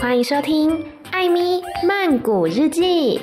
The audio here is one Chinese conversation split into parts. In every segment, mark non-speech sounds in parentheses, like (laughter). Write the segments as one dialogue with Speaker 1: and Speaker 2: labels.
Speaker 1: 欢迎收听《艾咪曼谷日记》。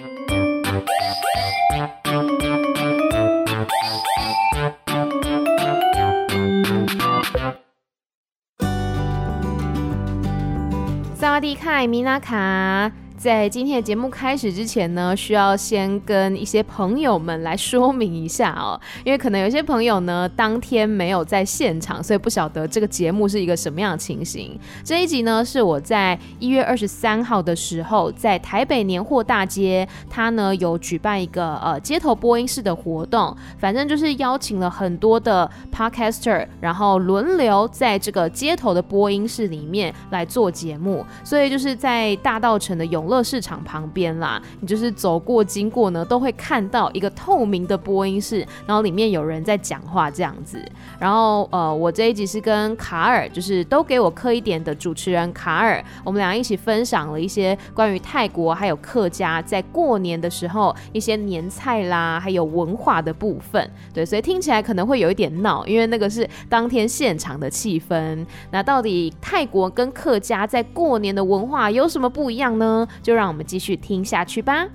Speaker 2: 萨瓦迪卡，米娜卡。在今天的节目开始之前呢，需要先跟一些朋友们来说明一下哦，因为可能有些朋友呢当天没有在现场，所以不晓得这个节目是一个什么样的情形。这一集呢是我在一月二十三号的时候，在台北年货大街，它呢有举办一个呃街头播音室的活动，反正就是邀请了很多的 podcaster，然后轮流在这个街头的播音室里面来做节目，所以就是在大道城的永乐市场旁边啦，你就是走过经过呢，都会看到一个透明的播音室，然后里面有人在讲话这样子。然后呃，我这一集是跟卡尔，就是都给我磕一点的主持人卡尔，我们俩一起分享了一些关于泰国还有客家在过年的时候一些年菜啦，还有文化的部分。对，所以听起来可能会有一点闹，因为那个是当天现场的气氛。那到底泰国跟客家在过年的文化有什么不一样呢？就让我们继续听下去吧。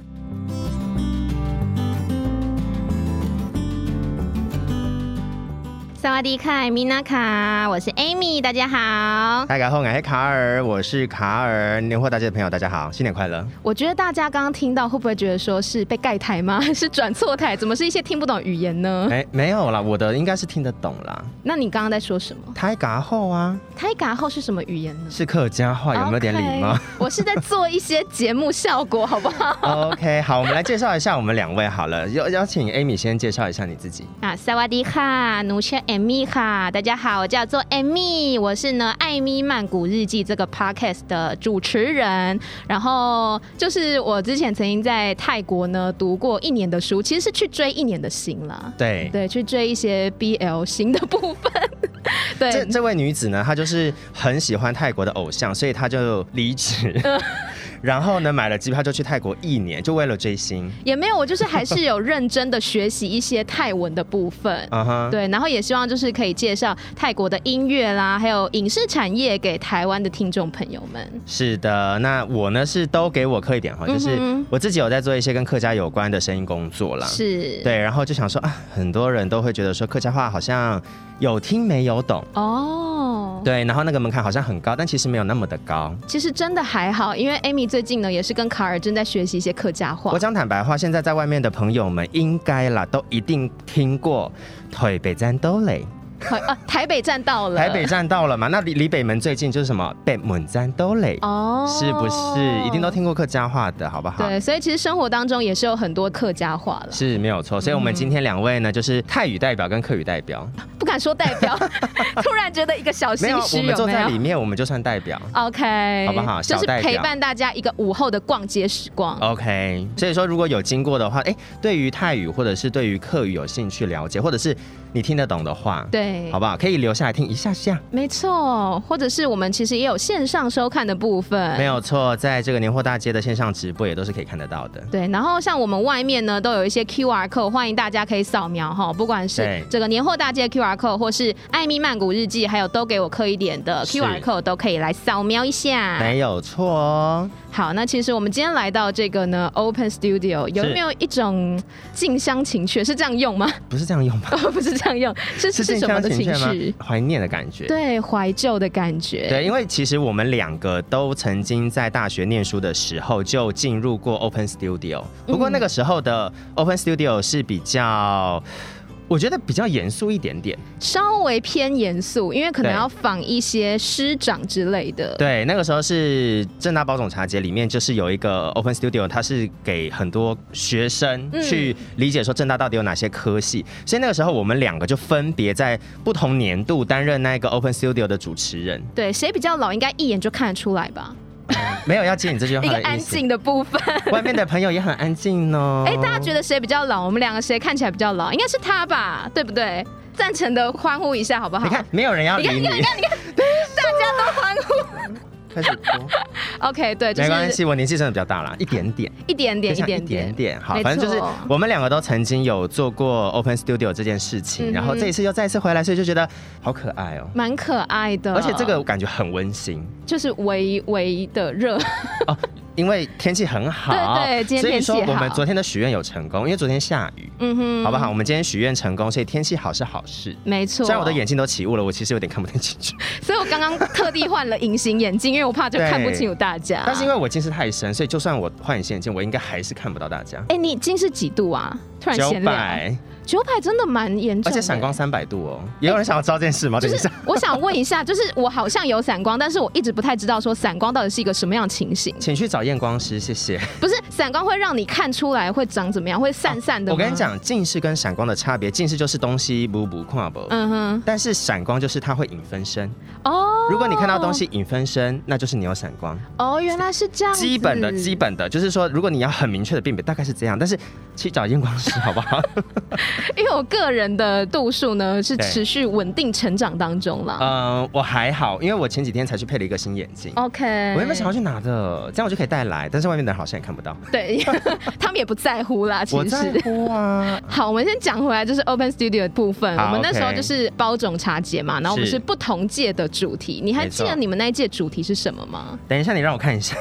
Speaker 3: 萨瓦迪卡，米娜卡，我是 Amy，大家好。
Speaker 4: 大家好，我是卡尔，我是卡尔，年货大街的朋友，大家好，新年快乐！
Speaker 3: 我觉得大家刚刚听到，会不会觉得说是被盖台吗？ (laughs) 是转错台？怎么是一些听不懂语言呢？
Speaker 4: 哎、没有啦，我的应该是听得懂啦。
Speaker 3: 那你刚刚在说什么？
Speaker 4: 泰嘎后啊，
Speaker 3: 泰嘎后是什么语言呢？
Speaker 4: 是客家话，有没有点礼
Speaker 3: (laughs)
Speaker 4: 貌
Speaker 3: OK，我是在做一些节目效果，好不好？
Speaker 4: ？OK，好，我们来介绍一下我们两位好了，邀邀请 Amy 先介绍一下你自己。
Speaker 3: 啊，萨瓦迪卡，奴切 Amy 卡，大家好，我叫做 Amy，我是呢《艾咪曼谷日记》这个 podcast 的主持人。然后就是我之前曾经在泰国呢读过一年的书，其实是去追一年的星啦。
Speaker 4: 对，
Speaker 3: 对，去追一些 BL 型的部分。 (laughs)
Speaker 4: 这
Speaker 3: 对，
Speaker 4: 这位女子呢，她就是很喜欢泰国的偶像，所以她就离职，然后呢买了机票就去泰国一年，就为了追星。
Speaker 3: 也没有，我就是还是有认真的学习一些泰文的部分。
Speaker 4: 啊哈，
Speaker 3: 对，然后也希望就是可以介绍泰国的音乐啦，还有影视产业给台湾的听众朋友们。
Speaker 4: 是的，那我呢是都给我刻一点哈，就是
Speaker 3: 嗯哼
Speaker 4: 我自己有在做一些跟客家有关的声音工作啦。
Speaker 3: 是，
Speaker 4: 对，然后就想说啊，很多人都会觉得说客家话好像有听没有懂，
Speaker 3: 哦。
Speaker 4: 对，然后那个门槛好像很高，但其实没有那么的高。
Speaker 3: 其实真的还好，因为 Amy 最近呢也是跟卡尔正在学习一些客家话
Speaker 4: 我。讲坦白话，现在在外面的朋友们应该啦，都一定听过台北站都嘞，
Speaker 3: 好啊，台北站到了，
Speaker 4: 台北站到了嘛，那离离北门最近就是什么北门站都嘞，
Speaker 3: 哦，
Speaker 4: 是不是？一定都听过客家话的好不好？
Speaker 3: 对，所以其实生活当中也是有很多客家话了， (laughs)
Speaker 4: 是没有错，所以我们今天两位呢，就是泰语代表跟客语代表，
Speaker 3: 不敢说代
Speaker 4: (laughs)
Speaker 3: 表，突然觉得一个小哦心
Speaker 4: 没有，我
Speaker 3: 虚
Speaker 4: 们
Speaker 3: 有
Speaker 4: 坐
Speaker 3: 没
Speaker 4: 在
Speaker 3: 有
Speaker 4: 里面，我们就算代表。
Speaker 3: ？OK，
Speaker 4: 好不好
Speaker 3: 就是
Speaker 4: 小代表
Speaker 3: 陪伴大家一个午后的逛街时光。
Speaker 4: OK，所以说如果有经过的话，哎、对于泰语或者是对于客语有兴趣了解，或者是你听得懂的话，，
Speaker 3: 对
Speaker 4: 好，不好？可以留下来听一下下，
Speaker 3: 没错，或者是我们其实也有线上收看的部分，
Speaker 4: 没有错，在这个年货大街的线上直播也都是可以看得到的。
Speaker 3: 对，然后像我们外面呢，都有一些 QR code，欢迎大家可以扫描哈，不管是
Speaker 4: 对
Speaker 3: 这个年货大街的 QR code，或是艾米曼谷日记，还有都给我刻一点的
Speaker 4: 是
Speaker 3: QR code，都可以来扫描一下。
Speaker 4: 没有错哦，
Speaker 3: 好，那其实我们今天来到这个呢 Open Studio，有
Speaker 4: 是
Speaker 3: 没有一种近乡情怯？是这样用吗？ (laughs)
Speaker 4: 不是这样用吧？
Speaker 3: 不是哦这样用，是是
Speaker 4: 近
Speaker 3: 什么
Speaker 4: 乡
Speaker 3: 的
Speaker 4: 情
Speaker 3: 情
Speaker 4: 怯吗
Speaker 3: 绪？？
Speaker 4: 怀念的感觉。
Speaker 3: 对，怀旧的感觉。
Speaker 4: 对，因为其实我们两个都曾经在大学念书的时候就进入过 Open Studio，不过那个时候的
Speaker 3: 嗯
Speaker 4: Open Studio 是比较，我觉得比较严肃一点点。
Speaker 3: 稍微偏严肃，因为可能
Speaker 4: 对
Speaker 3: 要仿一些师长之类的。
Speaker 4: 对，那个时候是正大包种茶节里面，就是有一个 Open Studio，它是给很多学生
Speaker 3: 嗯
Speaker 4: 去理解说正大到底有哪些科系，所以那个时候我们两个就分别在不同年度担任那个 Open Studio 的主持
Speaker 3: (laughs)
Speaker 4: 人。
Speaker 3: 对，谁比较老，应该一眼就看得出来吧？
Speaker 4: 没有要接你这句
Speaker 3: 一
Speaker 4: 话
Speaker 3: 个
Speaker 4: 的
Speaker 3: 安
Speaker 4: 意思，
Speaker 3: 静的部分。
Speaker 4: 外面的朋友也很安静哦。
Speaker 3: 哎、大家觉得谁比较老？我们两个谁看起来比较老？应该是他吧，对不对？赞成的欢呼一下好不好？
Speaker 4: 你看，没有人要理你。
Speaker 3: 你看，你看，你看，大家都欢呼。
Speaker 4: (laughs) 开始播，
Speaker 3: OK，对，就
Speaker 4: 没关
Speaker 3: 是
Speaker 4: 系，我年纪真的比较大啦，一点点，
Speaker 3: 一点
Speaker 4: 就
Speaker 3: 点，
Speaker 4: 像
Speaker 3: 点
Speaker 4: 一点
Speaker 3: 点，
Speaker 4: 点。好
Speaker 3: 没，
Speaker 4: 反正就是
Speaker 3: 错
Speaker 4: 我们两个都曾经有做过 Open Studio 这件事
Speaker 3: 嗯
Speaker 4: 情，
Speaker 3: 哼
Speaker 4: 然后这一次又再一次回来，所以就觉得好可爱哦、
Speaker 3: 蛮可爱的。
Speaker 4: 而且这个感觉很温馨
Speaker 3: 就是微微的
Speaker 4: (laughs)
Speaker 3: 热，
Speaker 4: 哦，因为天气很好，
Speaker 3: 对对今天
Speaker 4: 所以说
Speaker 3: 天气
Speaker 4: 我
Speaker 3: 好
Speaker 4: 们昨天的许愿有成功，因为昨天下雨，
Speaker 3: 嗯哼，
Speaker 4: 好不好？我们今天许愿成功，所以天气好是好事。
Speaker 3: 没错。
Speaker 4: 虽然我的眼睛都起雾了，我其实有点看不太清楚，
Speaker 3: 所以我刚刚特地换了隐形眼镜，因为我怕
Speaker 4: (laughs)
Speaker 3: 就看不清楚大家。
Speaker 4: 但是因为我近视太深，所以就算我换隐形眼镜，我应该还是看不到大家。
Speaker 3: 哎、你近视几度啊？突然
Speaker 4: 九
Speaker 3: 闲聊，
Speaker 4: 百，
Speaker 3: 九百真的蛮严重的，
Speaker 4: 而且闪光。三百度哦，也有人想要知道这件 (laughs) 事吗？
Speaker 3: 就
Speaker 4: 等一
Speaker 3: 是
Speaker 4: 下，
Speaker 3: 我想问一下，就是我好像有散光，但是我一直不太知道说散光到底是一个什么样的情形。
Speaker 4: 请去找验光师，谢谢。
Speaker 3: 不是散光会让你看出来会长怎么样，会 (laughs) 散散的、
Speaker 4: 我跟你，讲，近视跟闪光的差别，近视就是东西不不跨不，
Speaker 3: 嗯哼，
Speaker 4: 但是闪光就是它会影分身。
Speaker 3: 哦，
Speaker 4: 如果你看到东，西影分身，那就是你有闪光。
Speaker 3: 哦，原来是这样子，
Speaker 4: 基本的，基本的，就是说，如果你要很明确的辨别，大概是这样。但是去找验光师，好不好？ (laughs)
Speaker 3: 因为我个人的度数呢是
Speaker 4: 对
Speaker 3: 持续稳定成长当中啦。
Speaker 4: 嗯，我还好，因为我前几天才去配了一个新眼镜。
Speaker 3: OK，
Speaker 4: 我原本想要去拿的，这样我就可以带来，但是外面的人好像也看不到。
Speaker 3: 对他们也不在乎啦， (laughs) 其
Speaker 4: 我在
Speaker 3: 实。
Speaker 4: 乎
Speaker 3: (laughs)
Speaker 4: 啊，
Speaker 3: 好，我们先讲回来，就是 Open Studio 的部分。
Speaker 4: 好
Speaker 3: 我们那时候
Speaker 4: OK
Speaker 3: 就是包种茶节嘛，然后我们
Speaker 4: 是
Speaker 3: 是不同届的主题。你还
Speaker 4: 没
Speaker 3: 记
Speaker 4: 错
Speaker 3: 得你们那一届主题是什么吗？
Speaker 4: 等一下你让我看一下。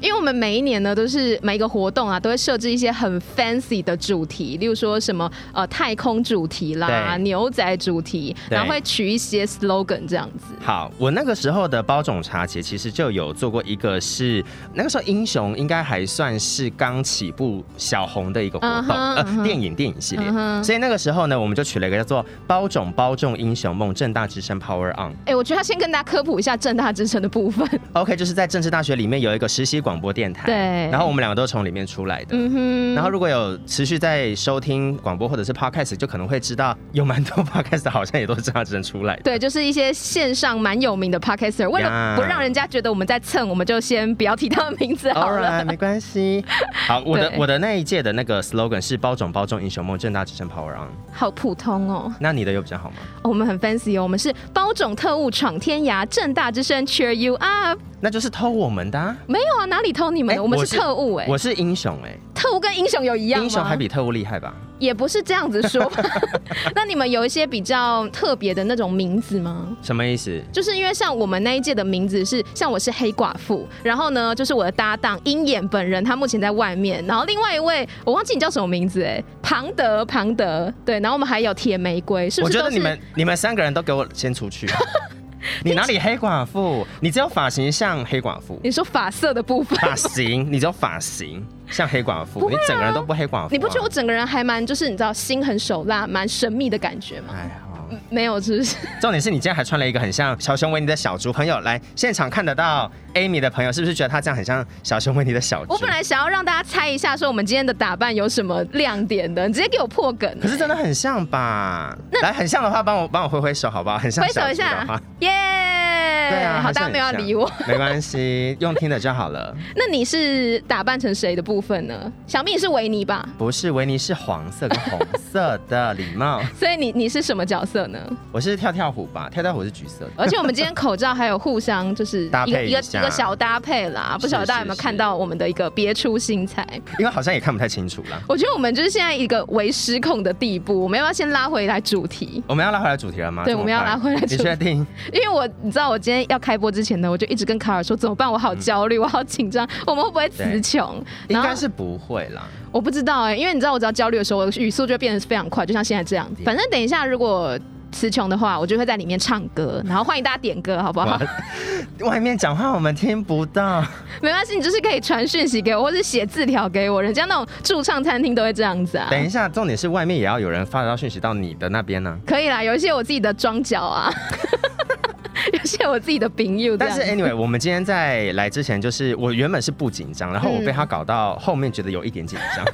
Speaker 3: 因为我们每一年呢，都是每一个活动啊，都会设置一些很 fancy 的主题，例如说什么呃太空主题啦、
Speaker 4: 对
Speaker 3: 牛仔主题，
Speaker 4: 对
Speaker 3: 然后会取一些 slogan 这样子。
Speaker 4: 好，我那个时候的包种茶节其实就有做过一个是，那个时候英雄应该还算是刚起步小红的一个活
Speaker 3: 嗯哼
Speaker 4: 动
Speaker 3: 嗯哼
Speaker 4: 呃，电影电影系列
Speaker 3: 嗯哼
Speaker 4: 所以那个时候呢，我们就取了一个叫做“包种包种英雄梦正大之声 Power On”。
Speaker 3: 哎、我觉得要先跟大家科普一下正大之声的部
Speaker 4: (laughs)
Speaker 3: 分。
Speaker 4: OK，就是在政治大学里面有一个实习广播电台，
Speaker 3: 对
Speaker 4: 然后我们两个都是从里面出来的。
Speaker 3: 嗯哼，
Speaker 4: 然后如果有持续在收听广播或者是 podcast，就可能会知道有蛮多 (laughs) podcast 好像也都是这样子出来的。
Speaker 3: 对，就是一些线上蛮有名的 podcaster，为了
Speaker 4: 呀
Speaker 3: 不让人家觉得我们在蹭，我们就先不要提他的名字好
Speaker 4: All
Speaker 3: 了。
Speaker 4: right，没
Speaker 3: (laughs)
Speaker 4: 关系。好，我的
Speaker 3: 对
Speaker 4: 我的那一届的那个 slogan 是“包种包种英雄梦，正大之声 Power On”。
Speaker 3: 好普通哦，
Speaker 4: 那你的有比较好吗？
Speaker 3: 我们很 fancy 哦，我们是包种特务闯天涯，正大之声 cheer you up。
Speaker 4: 那就是偷我们的、啊。
Speaker 3: 没有啊，哪里偷你们
Speaker 4: 哎
Speaker 3: 的？我们
Speaker 4: 我
Speaker 3: 是
Speaker 4: 是
Speaker 3: 特务哎、
Speaker 4: 我是英雄哎、
Speaker 3: 特务跟英雄有一样吗？
Speaker 4: 英雄还比特务厉害吧？
Speaker 3: 也不是这样子说
Speaker 4: (laughs)
Speaker 3: 吧。那你们有一些比较特别的那种名字吗？
Speaker 4: 什么意思？
Speaker 3: 就是因为像我们那一届的名字是，像我是黑寡妇，然后呢，就是我的搭档鹰眼本人，他目前在外面，然后另外一位我忘记你叫什么名字哎，庞德，庞德，对，然后我们还有铁玫瑰，是不
Speaker 4: 我
Speaker 3: 是
Speaker 4: 觉
Speaker 3: 都
Speaker 4: 得
Speaker 3: 是？
Speaker 4: 你们你们三个人都给我先
Speaker 3: (laughs)
Speaker 4: 出去。啊你哪里黑寡妇？你只有发型像黑寡妇，
Speaker 3: 你说发色的
Speaker 4: (laughs)
Speaker 3: 部分，
Speaker 4: 发型你只有发型像黑寡妇，你整个人都不黑寡妇啊、
Speaker 3: 你不觉得我整个人还蛮就是你知道心狠手辣，蛮神秘的感觉吗？
Speaker 4: 哎好。
Speaker 3: 没有，是不是？
Speaker 4: 重点是你今天还穿了一个很像小熊维尼的小猪。朋友来现场看得到 Amy 的朋友，是不是觉得她这样很像小熊维尼的小猪？
Speaker 3: 我本来想要让大家猜一下，说我们今天的打扮有什么亮点的，你直接给我破梗。欸
Speaker 4: 可是真的很像吧？来，很像的话，帮我帮我挥挥手，好不好？很像
Speaker 3: 挥手
Speaker 4: 小
Speaker 3: 一
Speaker 4: 猪的话
Speaker 3: 下，，耶、
Speaker 4: 对啊，
Speaker 3: 好，
Speaker 4: 还是
Speaker 3: 大家
Speaker 4: 很
Speaker 3: 没有要
Speaker 4: 像
Speaker 3: 理我。，
Speaker 4: 没关系，用听的就好了。
Speaker 3: 那你是打扮成谁的部分呢？小蜜是维尼吧？
Speaker 4: 不是维尼是黄色跟红色的礼帽，
Speaker 3: 所以你你是什么角色呢？
Speaker 4: 我是跳跳虎吧？跳跳虎是橘色的。
Speaker 3: 而且我们今天口罩还有互相就是
Speaker 4: (laughs) 搭
Speaker 3: 一个
Speaker 4: 配一
Speaker 3: 个
Speaker 4: 下
Speaker 3: 一个小搭配啦，不晓得大家有没有
Speaker 4: 是是
Speaker 3: 看到我们的一个别出心裁？
Speaker 4: 因为好像也看不太清楚啦。
Speaker 3: 我觉得我们就是现在一个为失控的地步，我们要不要先拉回来主题？
Speaker 4: 我们要拉回来主题了吗？
Speaker 3: 对
Speaker 4: 这么
Speaker 3: 我们要
Speaker 4: 快
Speaker 3: 拉回来主
Speaker 4: 你
Speaker 3: 题
Speaker 4: 确定？
Speaker 3: 因为我你知道我今天要开播之前呢，我就一直跟卡尔说怎么办，我好焦虑，我好紧张，我们会不会词穷？
Speaker 4: 嗯应
Speaker 3: 然后
Speaker 4: 该是不会啦。
Speaker 3: 我不知道哎、因为你知道我只要焦虑的时候，我的语速就会变得非常快，就像现在这样。反正等一下如果词穷的话，我就会在里面唱
Speaker 4: 嗯
Speaker 3: 歌，然后欢迎大家点歌，好不好？
Speaker 4: (laughs) 外面讲话我们听不到。
Speaker 3: 没关系，你就是可以传讯息给我，或是写字条给我，人家那种驻唱餐厅都会这样子啊。
Speaker 4: 等一下，重点是外面也要有人发得到讯息到你的那边呢、
Speaker 3: 可以啦，有一些我自己的装脚啊， (laughs) 有些我自己的饼友这
Speaker 4: 但
Speaker 3: 样
Speaker 4: 是
Speaker 3: 子。
Speaker 4: anyway，我们今天在来之前，就是我原本是不紧张，然后我被他搞到后面觉得有一点紧
Speaker 3: (laughs)
Speaker 4: 张，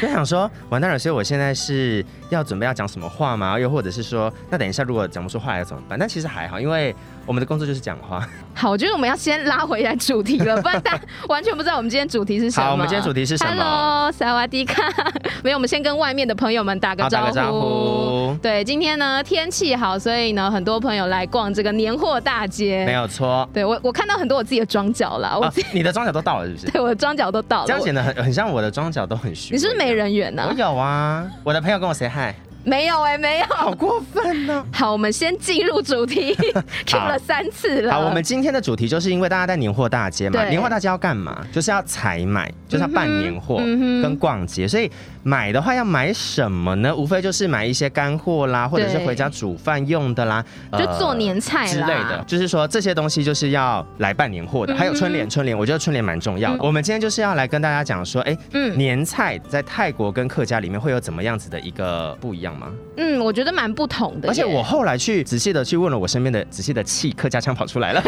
Speaker 4: 就想说完蛋了，所以我现在是要准备要讲什么话吗？又或者是说，那等一下如果讲不出话来怎么办？但其实还好，因为我们的工作就是讲话。
Speaker 3: 好，我觉得我们要先拉回来主题了，不然大家完全不知道我们今天主题是什么。
Speaker 4: 好我们今天主题是什么
Speaker 3: ？Hello，萨瓦迪卡。没有，我们先跟外面的朋友们打个
Speaker 4: 好，
Speaker 3: 招
Speaker 4: 打
Speaker 3: 呼。
Speaker 4: 个招呼。喽，
Speaker 3: 对，今天呢天气好，所以呢很多朋友来逛这个年货大
Speaker 4: 没
Speaker 3: 街。
Speaker 4: 有错。
Speaker 3: (laughs) 对我，我看到很多我自己的装脚啦，我
Speaker 4: 啊，你的妆脚都到了是不是？
Speaker 3: 对我的装脚都到了。
Speaker 4: 这样
Speaker 3: (laughs) 我
Speaker 4: 显得很很像我的妆脚都很虚。
Speaker 3: 你是不是美？人缘呢、
Speaker 4: 我有啊，我的朋友跟我 say hi，
Speaker 3: 没有哎、没 (laughs) 有。
Speaker 4: 好过分呢、
Speaker 3: 好，我们先进入主题 (laughs) ，Q 了三次了。
Speaker 4: (laughs) 好，我们今天的主题就是因为大家在年货大街嘛，
Speaker 3: 对
Speaker 4: 年货大街要干嘛？就是要采买，就是要办年货
Speaker 3: 嗯哼
Speaker 4: 跟逛街。所以买的话要买什么呢？无非就是买一些干货啦，或者是
Speaker 3: 对
Speaker 4: 回家煮饭用的啦，
Speaker 3: 就
Speaker 4: 呃
Speaker 3: 做年菜啦
Speaker 4: 之类的。就是说这些东西就是要来办年
Speaker 3: 嗯
Speaker 4: 货的。还有春联，春联我觉得春联蛮重要的。我们今天就是要来跟大家讲说，哎，
Speaker 3: 嗯
Speaker 4: 年菜在泰国跟客家里面会有怎么样子的一个不一样吗？
Speaker 3: 嗯，我觉得蛮不同的耶。
Speaker 4: 而且我后来去仔细的去问了我身边的，仔细的气客家腔跑出来
Speaker 3: (laughs)
Speaker 4: 了。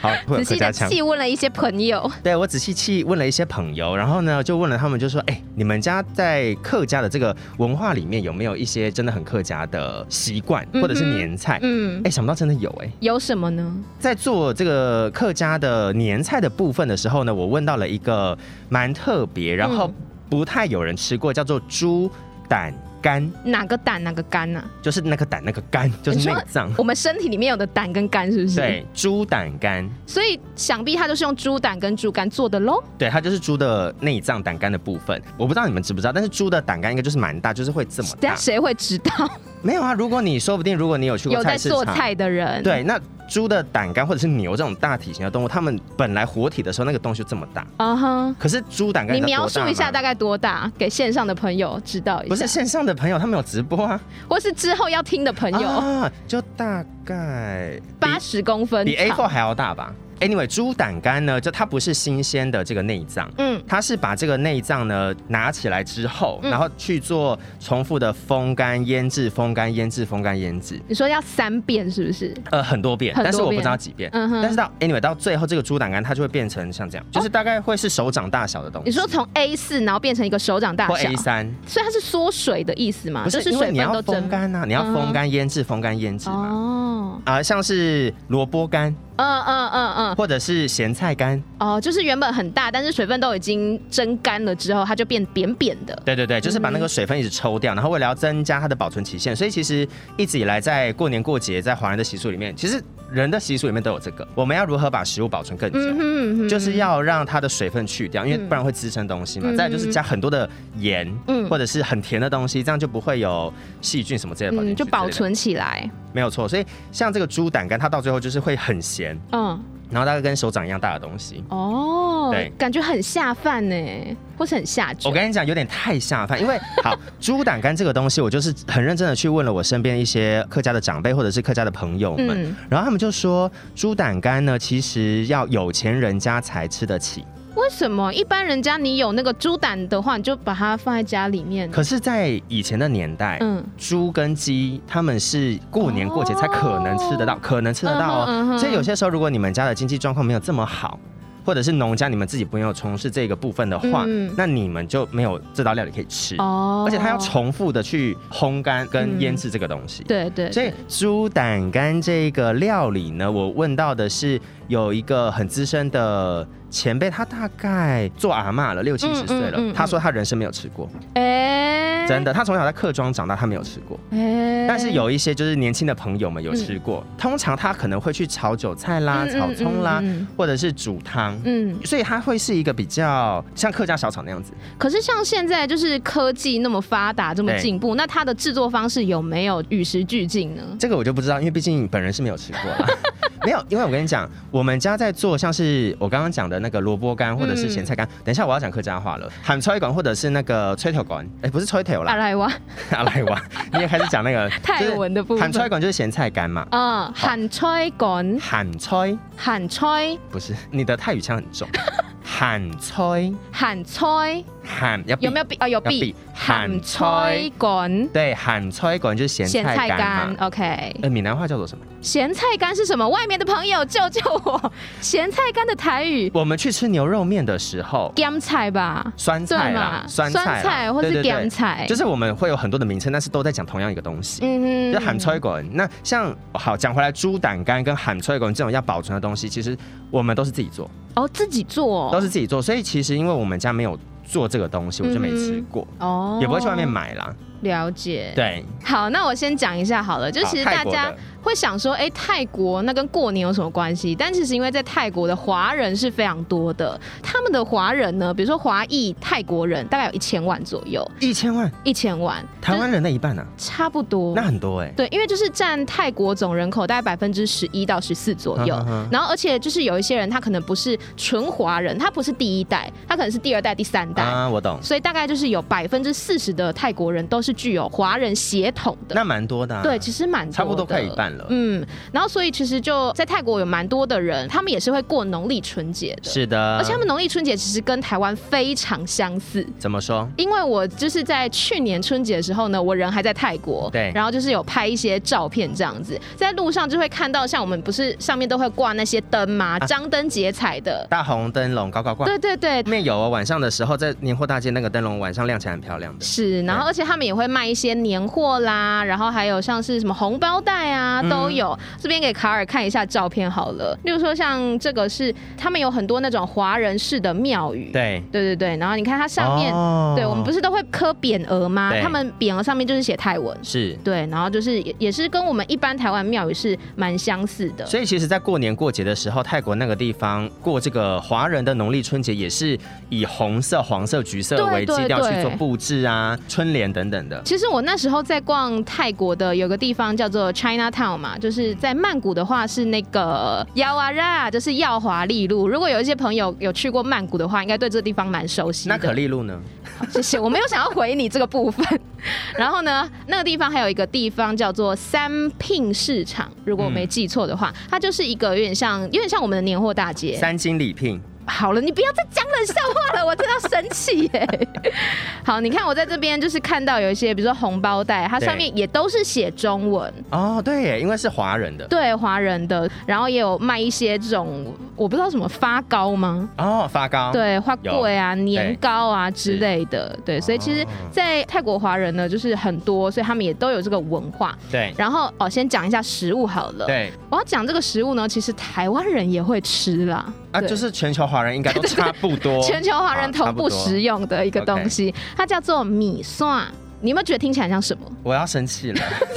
Speaker 4: 好，
Speaker 3: 仔
Speaker 4: 会有客
Speaker 3: 细
Speaker 4: 家
Speaker 3: 的
Speaker 4: 腔。
Speaker 3: 细问了一些朋友，
Speaker 4: 对我仔细去问了一些朋友，然后呢就问了他们，就说：“哎、你们家在客家的这个文化里面有没有一些真的很客家的习惯，或者是
Speaker 3: 嗯哼
Speaker 4: 年菜？”哎、
Speaker 3: 嗯，
Speaker 4: 想不到真的有哎、
Speaker 3: 有什么呢？
Speaker 4: 在做这个客家的年菜的部分的时候呢，我问到了一个蛮特别，然后
Speaker 3: 嗯
Speaker 4: 不太有人吃过，叫做猪胆肝，
Speaker 3: 哪个胆哪个肝啊？
Speaker 4: 就是那个胆那个肝，就是
Speaker 3: 你
Speaker 4: 内
Speaker 3: 说
Speaker 4: 脏。
Speaker 3: 我们身体里面有的胆跟肝是不是？，
Speaker 4: 对，猪胆肝，
Speaker 3: 所以想必它就是用猪胆跟猪肝做的喽。
Speaker 4: 对，它就是猪的内脏胆肝的部分。我不知道你们知不知道，但是猪的胆肝应该就是蛮大，就是会这么
Speaker 3: 等
Speaker 4: 大
Speaker 3: 下。谁会知道？
Speaker 4: 没有啊，如果你说不定，如果你有去过
Speaker 3: 有在
Speaker 4: 菜市场，
Speaker 3: 做菜的人，
Speaker 4: 对，那猪的胆肝或者是牛这种大体型的动物，它们本来活体的时候那个东西就这么大，
Speaker 3: 嗯哼。
Speaker 4: 可是猪胆肝
Speaker 3: 你
Speaker 4: 知道
Speaker 3: 描
Speaker 4: 多大
Speaker 3: 述一下
Speaker 4: 吗
Speaker 3: 大概多大，给线上的朋友知道一下，
Speaker 4: 不是线上的朋友，他们有直播啊，
Speaker 3: 或是之后要听的朋友，
Speaker 4: 啊，就大概
Speaker 3: 八十公分
Speaker 4: 比比 A4
Speaker 3: 长，
Speaker 4: 还要大吧。Anyway，猪胆肝呢，就它不是新鲜的这个内脏，
Speaker 3: 嗯，
Speaker 4: 它是把这个内脏呢拿起来之后，
Speaker 3: 嗯
Speaker 4: 然后去做重复的风干、腌制、风干、腌制、风干、腌制，
Speaker 3: 你说要三遍是不是？
Speaker 4: 呃，很多遍，
Speaker 3: 很多遍
Speaker 4: 但是我不知道几遍。
Speaker 3: 嗯哼哦
Speaker 4: 但是到 anyway 到最后，这个猪胆肝它就会变成像这样，就是大概会是手掌大小的东西。
Speaker 3: 你说从 A 四然后变成一个手掌大
Speaker 4: 或
Speaker 3: 小
Speaker 4: A，三，
Speaker 3: 所以它是缩水的意思嘛？
Speaker 4: 不是
Speaker 3: 就是
Speaker 4: 因为
Speaker 3: 水
Speaker 4: 你
Speaker 3: 分
Speaker 4: 要
Speaker 3: 都
Speaker 4: 风
Speaker 3: 蒸
Speaker 4: 干啊呐、你要
Speaker 3: 嗯哼
Speaker 4: 风干、腌制、风干、腌制嘛。
Speaker 3: 哦，
Speaker 4: 啊、像是萝卜干
Speaker 3: 嗯嗯嗯嗯，
Speaker 4: 或者是咸菜干，
Speaker 3: 哦，就是原本很大，但是水分都已经蒸干了之后，它就变扁扁的。
Speaker 4: 对对对，就是把那
Speaker 3: 嗯
Speaker 4: 个水分一直抽掉，然后为了要增加它的保存期限，所以其实一直以来在过年过节，在华人的习俗里面，其实人的习俗里面都有这个，我们要如何把食物保存更久？
Speaker 3: 嗯哼嗯哼
Speaker 4: 就是要让它的水分去掉，因为不然会滋生东西嘛。
Speaker 3: 嗯
Speaker 4: 再来就是加很多的盐，
Speaker 3: 嗯
Speaker 4: 或者是很甜的东西，这样就不会有细菌什么之类的跑进去
Speaker 3: 嗯，就
Speaker 4: 之类的
Speaker 3: 保存起来。
Speaker 4: 没有错。所以像这个猪胆肝，它到最后就是会很咸，
Speaker 3: 嗯，
Speaker 4: 然后大概跟手掌一样大的东西。
Speaker 3: 哦
Speaker 4: 对，
Speaker 3: 感觉很下饭呢，或是很下酒
Speaker 4: 我。跟你讲，有点太下饭，因为好猪胆肝这个东西，我就是很认真的去问了我身边一些客家的长辈或者是客家的朋友们，
Speaker 3: 嗯
Speaker 4: 然后他们就说猪胆肝呢，其实要有钱人家才吃得起，
Speaker 3: 为什么一般人家你有那个猪胆的话，你就把它放在家里面？
Speaker 4: 可是，在以前的年代，
Speaker 3: 嗯
Speaker 4: 猪跟鸡他们是过年过节才可能吃得到，
Speaker 3: 哦
Speaker 4: 可能吃得到哦。
Speaker 3: 嗯哼嗯哼
Speaker 4: 所以有些时候，如果你们家的经济状况没有这么好，或者是农家你们自己没有从事这个部分的话，
Speaker 3: 嗯
Speaker 4: 那你们就没有这道料理可以吃。
Speaker 3: 哦
Speaker 4: 而且它要重复的去烘干跟
Speaker 3: 嗯
Speaker 4: 腌制这个东西。
Speaker 3: 对对，
Speaker 4: 所以猪胆肝这个料理呢，我问到的是有一个很资深的前辈，他大概做阿嬷了，六七十岁了。
Speaker 3: 嗯嗯嗯嗯
Speaker 4: 他说他人生没有吃过，
Speaker 3: 哎、
Speaker 4: 真的，他从小在客庄长大，他没有吃过。
Speaker 3: 哎、
Speaker 4: 但是有一些就是年轻的朋友们有吃过，通常他可能会去炒韭菜啦、
Speaker 3: 嗯嗯嗯
Speaker 4: 炒葱啦，
Speaker 3: 嗯
Speaker 4: 或者是煮汤。
Speaker 3: 嗯，
Speaker 4: 所以它会是一个比较像客家小炒那样子，
Speaker 3: 可是像现在就是科技那么发达，这么
Speaker 4: 对
Speaker 3: 进步，那它的制作方式有没有与时俱进呢？
Speaker 4: 这个我就不知道，因为毕竟本人是没有吃过
Speaker 3: (laughs)
Speaker 4: 啦。没有，因为我跟你讲，我们家在做像是我刚刚讲的那个萝卜干或者是咸菜
Speaker 3: 嗯
Speaker 4: 干。等一下我要讲客家话了，喊吹管或者是那个吹头管，哎，不是吹头
Speaker 3: 阿 (laughs)
Speaker 4: 啦，
Speaker 3: 莱哇，
Speaker 4: 阿来哇，你也开始讲那个
Speaker 3: 泰文的部分
Speaker 4: 喊吹管就是咸菜干嘛？
Speaker 3: 嗯，喊吹滚，
Speaker 4: 喊吹
Speaker 3: 喊吹，
Speaker 4: 不是，你的泰语腔很
Speaker 3: (laughs)
Speaker 4: 重。喊吹
Speaker 3: 喊吹，
Speaker 4: 喊要
Speaker 3: 有没有
Speaker 4: 有？
Speaker 3: 必？哦，有
Speaker 4: 要
Speaker 3: 必
Speaker 4: 避喊
Speaker 3: 吹滚，
Speaker 4: 对，喊吹管就是咸
Speaker 3: 咸
Speaker 4: 菜
Speaker 3: 菜
Speaker 4: 干
Speaker 3: 干
Speaker 4: 嘛？
Speaker 3: ，OK。
Speaker 4: 呃，闽南话叫做什么？
Speaker 3: 咸菜干是什么？外面的朋友救救我！咸菜干的台语，
Speaker 4: 我们去吃牛肉面的时候，
Speaker 3: 干菜吧？
Speaker 4: 酸菜啦，
Speaker 3: 对嘛
Speaker 4: 酸菜啦
Speaker 3: 酸菜或是
Speaker 4: 对对对
Speaker 3: 咸菜
Speaker 4: 就是我们会有很多的名称，但是都在讲同样一个东西。
Speaker 3: 嗯
Speaker 4: 就喊吹滚，那像好讲回来，猪胆肝跟喊吹滚这种要保存的东西，其实我们都是自己做，
Speaker 3: 哦，自己做哦
Speaker 4: 都是自己做，所以其实因为我们家没有做这个东西，我就没吃过，
Speaker 3: 哦
Speaker 4: 也不会去外面买啦。
Speaker 3: 了解。
Speaker 4: 对，
Speaker 3: 好，那我先讲一下好了，就
Speaker 4: 好
Speaker 3: 其实
Speaker 4: 泰
Speaker 3: 大
Speaker 4: 国
Speaker 3: 家
Speaker 4: 的
Speaker 3: 会想说，哎、泰国那跟过年有什么关系？但其实因为在泰国的华人是非常多的，他们的华人呢，比如说华裔泰国人，大概有一千万左右，
Speaker 4: 一千万，
Speaker 3: 一千万，
Speaker 4: 台
Speaker 3: 就是
Speaker 4: 湾人的一半啊，
Speaker 3: 差不多。
Speaker 4: 那很多哎、
Speaker 3: 对，因为就是占泰国总人口大概百分之十一到十四左右
Speaker 4: 嗯哼哼，
Speaker 3: 然后而且就是有一些人他可能不是纯华人，他不是第一代，他可能是第二代、第三代，
Speaker 4: 啊，我懂，
Speaker 3: 所以大概就是有百分之四十的泰国人都是具有华人血统的。
Speaker 4: 那蛮多的、啊，
Speaker 3: 对，其实蛮多
Speaker 4: 差不
Speaker 3: 的
Speaker 4: 多快一半了
Speaker 3: 嗯，然后所以其实就在泰国有蛮多的人，他们也是会过农历春节的。
Speaker 4: 是啊的，
Speaker 3: 而且他们农历春节其实跟台湾非常相似，
Speaker 4: 怎么说？
Speaker 3: 因为我就是在去年春节的时候呢，我人还在泰国，
Speaker 4: 对
Speaker 3: 然后就是有拍一些照片这样子，在路上就会看到，像我们不是上面都会挂那些灯嘛，张灯结彩的，
Speaker 4: 大红灯笼高高啊挂，
Speaker 3: 对对对
Speaker 4: 后。面有哦，晚上的时候在年货大街那个灯笼晚上亮起来很漂亮的，
Speaker 3: 是，然后而且他们也会卖一些年货啦，然后还有像是什么红包袋啊，
Speaker 4: 嗯
Speaker 3: 都有。这边给卡尔看一下照片好了，例如说像这个是他们有很多那种华人式的庙宇，
Speaker 4: 对，
Speaker 3: 对对对，然后你看它上面，
Speaker 4: 哦
Speaker 3: 对我们不是都会刻匾额吗？
Speaker 4: 对
Speaker 3: 他们匾额上面就是写泰文，
Speaker 4: 是。
Speaker 3: 对，然后就是也也是跟我们一般台湾庙宇是蛮相似的。
Speaker 4: 所以其实，在过年过节的时候，泰国那个地方过这个华人的农历春节，也是以红色、黄色、橘色
Speaker 3: 对
Speaker 4: 为基调
Speaker 3: 对
Speaker 4: 去做
Speaker 3: 对
Speaker 4: 布置啊、春联等等的。
Speaker 3: 其实我那时候在逛泰国的有个地方叫做 China Town 嘛，就是在曼谷的话是那个耀啊拉，就是耀华利路。如果有一些朋友有去过曼谷的话，应该对这个地方蛮熟悉的。
Speaker 4: 那可丽露呢？
Speaker 3: 谢谢，我没有想要回你这个部分。
Speaker 4: (laughs)
Speaker 3: 然后呢，那个地方还有一个地方叫做三聘市场，如果我没记错的话，它就是一个有点像有点像我们的年货大街。
Speaker 4: 三金礼聘，
Speaker 3: 好了，你不要再讲冷笑话了，我真的要生气耶！ (laughs) 好，你看我在这边就是看到有一些，比如说红包袋，它上面也都是写中文，
Speaker 4: 哦，对耶，因为是华人的
Speaker 3: 对华人的，然后也有卖一些这种我不知道什么发糕吗？
Speaker 4: 哦，发糕，，
Speaker 3: 对，花桂啊、年糕啊之
Speaker 4: 是
Speaker 3: 类的，对，所以其实
Speaker 4: 哦，
Speaker 3: 在泰国华人呢，就是很多，所以他们也都有这个文化。
Speaker 4: 对，
Speaker 3: 然后哦，先讲一下食物好了。，
Speaker 4: 对
Speaker 3: 我要讲这个食物呢，其实台湾人也会吃啦。
Speaker 4: 啊，
Speaker 3: 对
Speaker 4: 就是全球华人应该都差不多，
Speaker 3: (laughs)
Speaker 4: 啊
Speaker 3: 全球华人同步食
Speaker 4: 用。
Speaker 3: 用的一个东西，它叫做米蒜。你有没有觉得听起来像什么？
Speaker 4: 我要生气了，
Speaker 3: (laughs)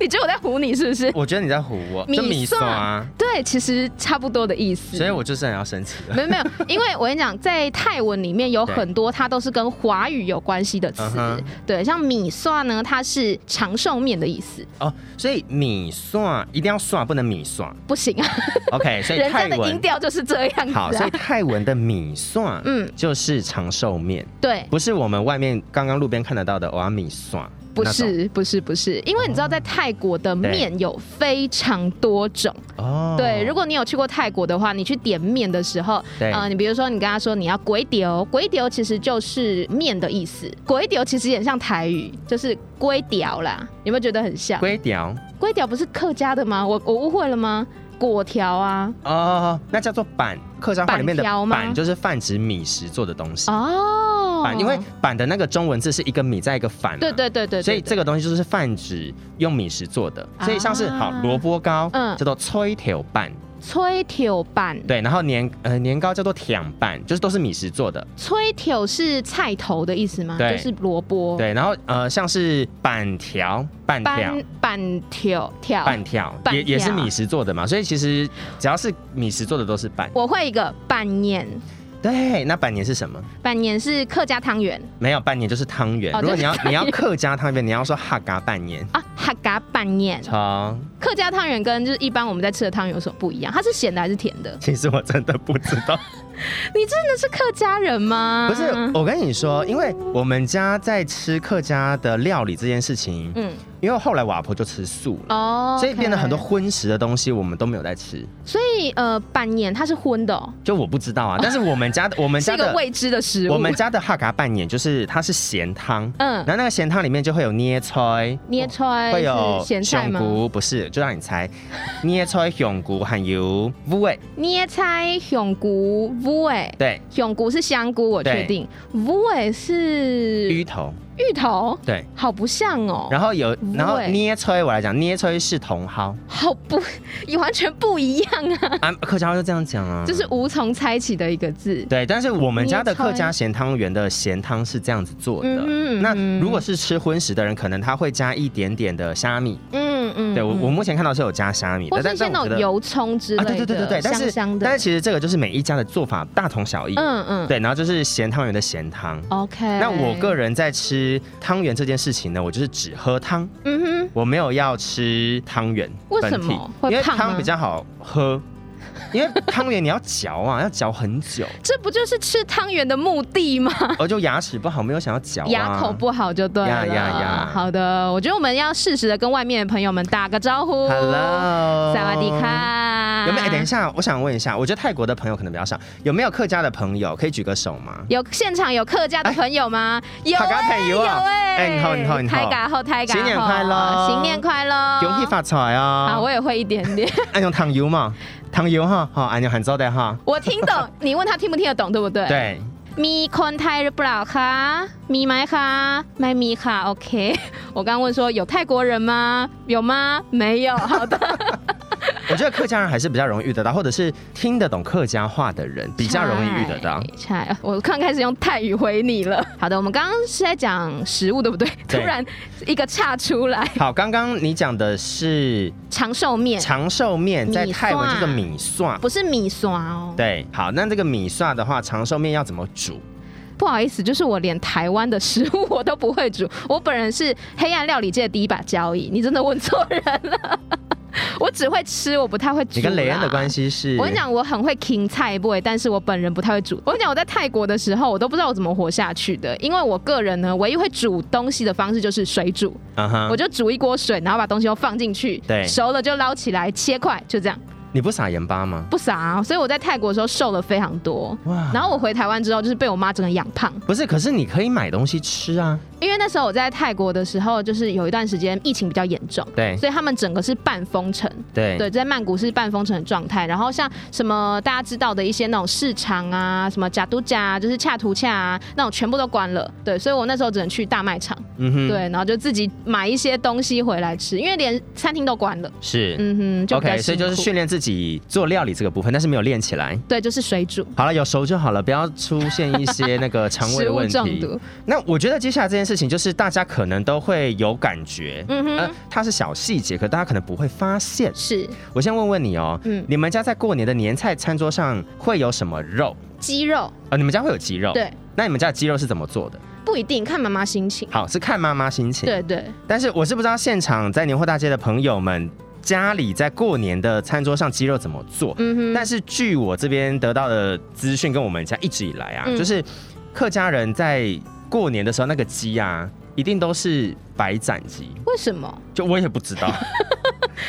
Speaker 3: 你觉得我在唬你是不是？
Speaker 4: 我觉得你在唬我，
Speaker 3: 米嗯
Speaker 4: 就米
Speaker 3: 蒜
Speaker 4: 蒜啊，
Speaker 3: 对，其实差不多的意思。
Speaker 4: 所以我就是很要生气了。
Speaker 3: 没
Speaker 4: (laughs)
Speaker 3: 有没有，因为我跟你讲，在泰文里面有很多它都是跟华语有关系的词
Speaker 4: 嗯哼。
Speaker 3: 对，像米蒜呢，它是长寿面的意思，
Speaker 4: 哦，所以米蒜一定要蒜，不能
Speaker 3: (laughs)
Speaker 4: 米蒜。
Speaker 3: 不行啊，
Speaker 4: OK，所
Speaker 3: (laughs)
Speaker 4: 以
Speaker 3: 人家
Speaker 4: 泰
Speaker 3: 的音
Speaker 4: 文
Speaker 3: 调就是这样子、
Speaker 4: 好，所以
Speaker 3: 啊。
Speaker 4: 泰文的米蒜，
Speaker 3: 嗯
Speaker 4: 嗯，就是长寿面，
Speaker 3: 对，
Speaker 4: 不是我们外面刚刚路边看得到的瓦米蒜，
Speaker 3: 不
Speaker 4: 那种
Speaker 3: 是不是不是，因为你知道，在泰国的
Speaker 4: 对
Speaker 3: 面有非常多种。
Speaker 4: 哦。
Speaker 3: 对，如果你有去过泰国的话，你去点面的时候，
Speaker 4: 对
Speaker 3: 呃，你比如说你跟他说你要鬼丢，鬼丢其实就是面的意思，鬼丢其实也很像台语，就是龟屌啦，有没有觉得很像？
Speaker 4: 龟条
Speaker 3: 龟屌不是客家的吗？我我误会了吗？果条啊，
Speaker 4: 哦，那叫做板，客家话里面的
Speaker 3: 板条吗
Speaker 4: 板就是泛指米食做的东西。
Speaker 3: 哦，
Speaker 4: 板，因为板的那个中文字是一个米在一个反、啊，
Speaker 3: 对对对对对，
Speaker 4: 所以这
Speaker 3: 个
Speaker 4: 个东西就是泛指用米食做的，
Speaker 3: 啊
Speaker 4: 所以像是好萝卜糕，
Speaker 3: 嗯
Speaker 4: 叫做炊条拌，
Speaker 3: 吹条板，
Speaker 4: 对，然后年呃年糕叫做甜拌，就是都是米食做的，
Speaker 3: 吹条是菜头的意思吗？
Speaker 4: 对
Speaker 3: 就是萝卜，，
Speaker 4: 对，然后呃像是板条、板条
Speaker 3: 哦板、板条条。
Speaker 4: 板条
Speaker 3: 板条
Speaker 4: 也也是米食做的嘛，所以其实只要是米食做的都是板。
Speaker 3: 我会一个板年，
Speaker 4: 对，那板年是什么？
Speaker 3: 板年是客家汤圆
Speaker 4: 没有，半年就是汤圆。
Speaker 3: 哦
Speaker 4: 如果
Speaker 3: 就是
Speaker 4: 你要
Speaker 3: 汤圆
Speaker 4: 你要
Speaker 3: (laughs)
Speaker 4: 客家汤圆，你要说哈嘎半年。
Speaker 3: 啊，哈嘎板年，
Speaker 4: 从
Speaker 3: 客家汤圆跟就是一般我们在吃的汤圆有什么不一样？它是咸的还是甜的？
Speaker 4: 其实我真的不知道。
Speaker 3: 你真的是客家人吗？
Speaker 4: 不是，我跟你说，因为我们家在吃客家的料理这件事情，
Speaker 3: 嗯，
Speaker 4: 因为后来我阿婆就吃素了，
Speaker 3: 哦
Speaker 4: 所以变得很多
Speaker 3: OK
Speaker 4: 荤食的东西我们都没有在吃。
Speaker 3: 所以呃，板年它是荤的、哦，
Speaker 4: 就我不知道啊，但是我
Speaker 3: (laughs)
Speaker 4: 们家的我们
Speaker 3: 是
Speaker 4: 家
Speaker 3: 一个
Speaker 4: 的
Speaker 3: 未知的食物。
Speaker 4: 我们家的哈嘎拌眼就是它是咸汤，
Speaker 3: 嗯
Speaker 4: 然后那个咸汤里面就会有捏菜。
Speaker 3: 捏出来
Speaker 4: 会有
Speaker 3: 是咸菜
Speaker 4: 熊
Speaker 3: 吗？
Speaker 4: 骨，不是，就让你猜，捏菜熊骨含有乌味，
Speaker 3: 捏菜香菇乌诶，
Speaker 4: 对，
Speaker 3: 香菇是香菇，我
Speaker 4: 对
Speaker 3: 确定。乌诶是
Speaker 4: 芋头，
Speaker 3: 芋头
Speaker 4: 对。
Speaker 3: 好不像哦，
Speaker 4: 然后有，然后
Speaker 3: 对
Speaker 4: 捏吹，我来讲，捏吹是
Speaker 3: (laughs)
Speaker 4: 茼蒿
Speaker 3: 好不，完全不一样啊，
Speaker 4: 啊，客家话就这样讲啊，
Speaker 3: 就是无从猜起的一个字。
Speaker 4: 对，但是我们家的
Speaker 3: 捏吹
Speaker 4: 客家咸汤圆的咸汤是这样子做的。
Speaker 3: 嗯
Speaker 4: 那
Speaker 3: 嗯
Speaker 4: 如果是吃荤食的人，可能他会加一点点的虾米。
Speaker 3: 嗯嗯
Speaker 4: 对我，
Speaker 3: 嗯
Speaker 4: 我目前看到是有加虾米
Speaker 3: 或
Speaker 4: 的，
Speaker 3: 是
Speaker 4: 但
Speaker 3: 一
Speaker 4: 是
Speaker 3: 些
Speaker 4: 我
Speaker 3: 那
Speaker 4: 觉得
Speaker 3: 种油葱之类
Speaker 4: 啊，
Speaker 3: 的，
Speaker 4: 对对对对对，但
Speaker 3: 香
Speaker 4: 是
Speaker 3: 香
Speaker 4: 但
Speaker 3: 的
Speaker 4: 是，其实这个就是每一家的做法大同小异。
Speaker 3: 嗯嗯，
Speaker 4: 对，然后就是咸汤圆的咸汤。
Speaker 3: ，OK。
Speaker 4: 那我个，人在吃汤圆这件事情呢，我就是只喝汤，
Speaker 3: 嗯
Speaker 4: 我没有要吃汤圆
Speaker 3: 为
Speaker 4: 本
Speaker 3: 什
Speaker 4: 体。
Speaker 3: 么会
Speaker 4: 因为
Speaker 3: 胖吗
Speaker 4: 汤比较好喝，因为汤圆你要嚼啊，要嚼很久，
Speaker 3: 哼，这不就是吃汤圆的目的吗？
Speaker 4: 而哦就牙齿不好，没有想要嚼、啊，
Speaker 3: 牙口不好就对了。
Speaker 4: 呀呀呀
Speaker 3: 好的，我觉得我们要适时的跟外面的朋友们打个招呼。
Speaker 4: Hello，
Speaker 3: 萨瓦迪。卡。
Speaker 4: 有没有？哎等一，下，我想问一下，我觉得泰国的朋友可能比较少，有没有客家的朋友可以举个手吗？
Speaker 3: 有现场有客家的朋友吗？有
Speaker 4: 客家
Speaker 3: 哎、
Speaker 4: 朋
Speaker 3: 有
Speaker 4: 友啊
Speaker 3: 哎、
Speaker 4: 哎你好你好你好
Speaker 3: 泰嘎后泰嘎后，
Speaker 4: 新年快乐
Speaker 3: 新年快乐，
Speaker 4: 恭喜发财啊！
Speaker 3: 啊，我也会一点
Speaker 4: (laughs)
Speaker 3: 点，
Speaker 4: 按用糖油嘛，糖油哈，好，按用很招待哈。
Speaker 3: 我听懂。你问他听不听得懂，对不对？。
Speaker 4: 对，
Speaker 3: 咪坤泰日不老卡，咪麦卡，麦咪卡，OK。我 (laughs) 刚问说有泰国人吗？有吗？没有。 (laughs) 好的，
Speaker 4: 我觉得客家人还是比较容易遇得到，或者是听得懂客家话的人比较容易遇得到。
Speaker 3: 菜。菜我刚开始用泰语回你了。 (laughs) 好的，我们刚刚是在讲食物，对不对？突
Speaker 4: 对
Speaker 3: 然一个岔出来，
Speaker 4: 好，刚刚你讲的是
Speaker 3: 长寿面
Speaker 4: 长寿面，在
Speaker 3: 米
Speaker 4: 泰文
Speaker 3: 蒜
Speaker 4: 叫做米蒜。
Speaker 3: 不是米刷哦。
Speaker 4: 对，好，那这个米蒜的话，长寿面要怎么煮？
Speaker 3: 不好意思，就是我连台湾的食物我都不会煮，我本人是黑暗料理界的第一把交椅。你真的问错人了， (laughs) 我只会吃，我不太会煮啦。
Speaker 4: 你跟雷恩的关系是？
Speaker 3: 我跟你，讲，我很会 king 菜不会，但是我本人不太会煮。我跟你讲，我在泰国的时候，我都不知道我怎么活下去的，因为我个人呢，唯一会煮东西的方式就是水煮，
Speaker 4: 嗯哼
Speaker 3: 我就煮一锅水，然后把东西都放进去，
Speaker 4: 对
Speaker 3: 熟了就捞起来切块，就这样，
Speaker 4: 你不撒盐巴吗？
Speaker 3: 不傻、啊。所以我在泰国的时候瘦了非常多。
Speaker 4: 哇，
Speaker 3: 然后我回台湾之后，就是被我妈整个养胖，
Speaker 4: 不是，可是你可以买东西吃啊。
Speaker 3: 因为那时候我在泰国的时候，就是有一段时间疫情比较严重，
Speaker 4: 对
Speaker 3: 所以他们整个是半封城，
Speaker 4: 对
Speaker 3: 对，在曼谷是半封城的状态。然后像什么大家知道的一些那种市场啊，什么假都假，就是恰图恰啊，那种全部都关了。对，所以我那时候只能去大卖场，
Speaker 4: 嗯哼，
Speaker 3: 对，然后就自己买一些东西回来吃，因为连餐厅都关了。
Speaker 4: 是。
Speaker 3: 嗯哼，就比较
Speaker 4: OK，所以就是
Speaker 3: 辛苦
Speaker 4: 训练自己做料理这个部分，但是没有练起来。
Speaker 3: 对，就是水煮。
Speaker 4: 好了，有熟就好了，不要出现一些那个肠胃
Speaker 3: 食
Speaker 4: 的
Speaker 3: 物
Speaker 4: 问
Speaker 3: 中
Speaker 4: 题。
Speaker 3: 毒，
Speaker 4: 那我觉得接下来这件事情，就是大家可能都会有感觉，
Speaker 3: 嗯哼，
Speaker 4: 呃，它是小细节，可大家可能不会发现。
Speaker 3: 是
Speaker 4: 我先问问你哦，
Speaker 3: 嗯
Speaker 4: 你们家在过年的年菜餐桌上会有什么肉？
Speaker 3: 鸡肉，
Speaker 4: 呃，你们家会有鸡肉？。
Speaker 3: 对，
Speaker 4: 那你们家的鸡肉是怎么做的？
Speaker 3: 不一定看妈妈心情。
Speaker 4: 好，是看妈妈心情。。
Speaker 3: 对对，
Speaker 4: 但是我是不知道现场在年货大街的朋友们家里在过年的餐桌上鸡肉怎么做。
Speaker 3: 嗯哼，
Speaker 4: 但是据我这边得到的资讯，跟我们家一直以来啊，
Speaker 3: 嗯
Speaker 4: 就是客家人在过年的时候，那个鸡啊，一定都是白斩鸡。
Speaker 3: 为什么
Speaker 4: 就我也不知
Speaker 3: (laughs)
Speaker 4: 道，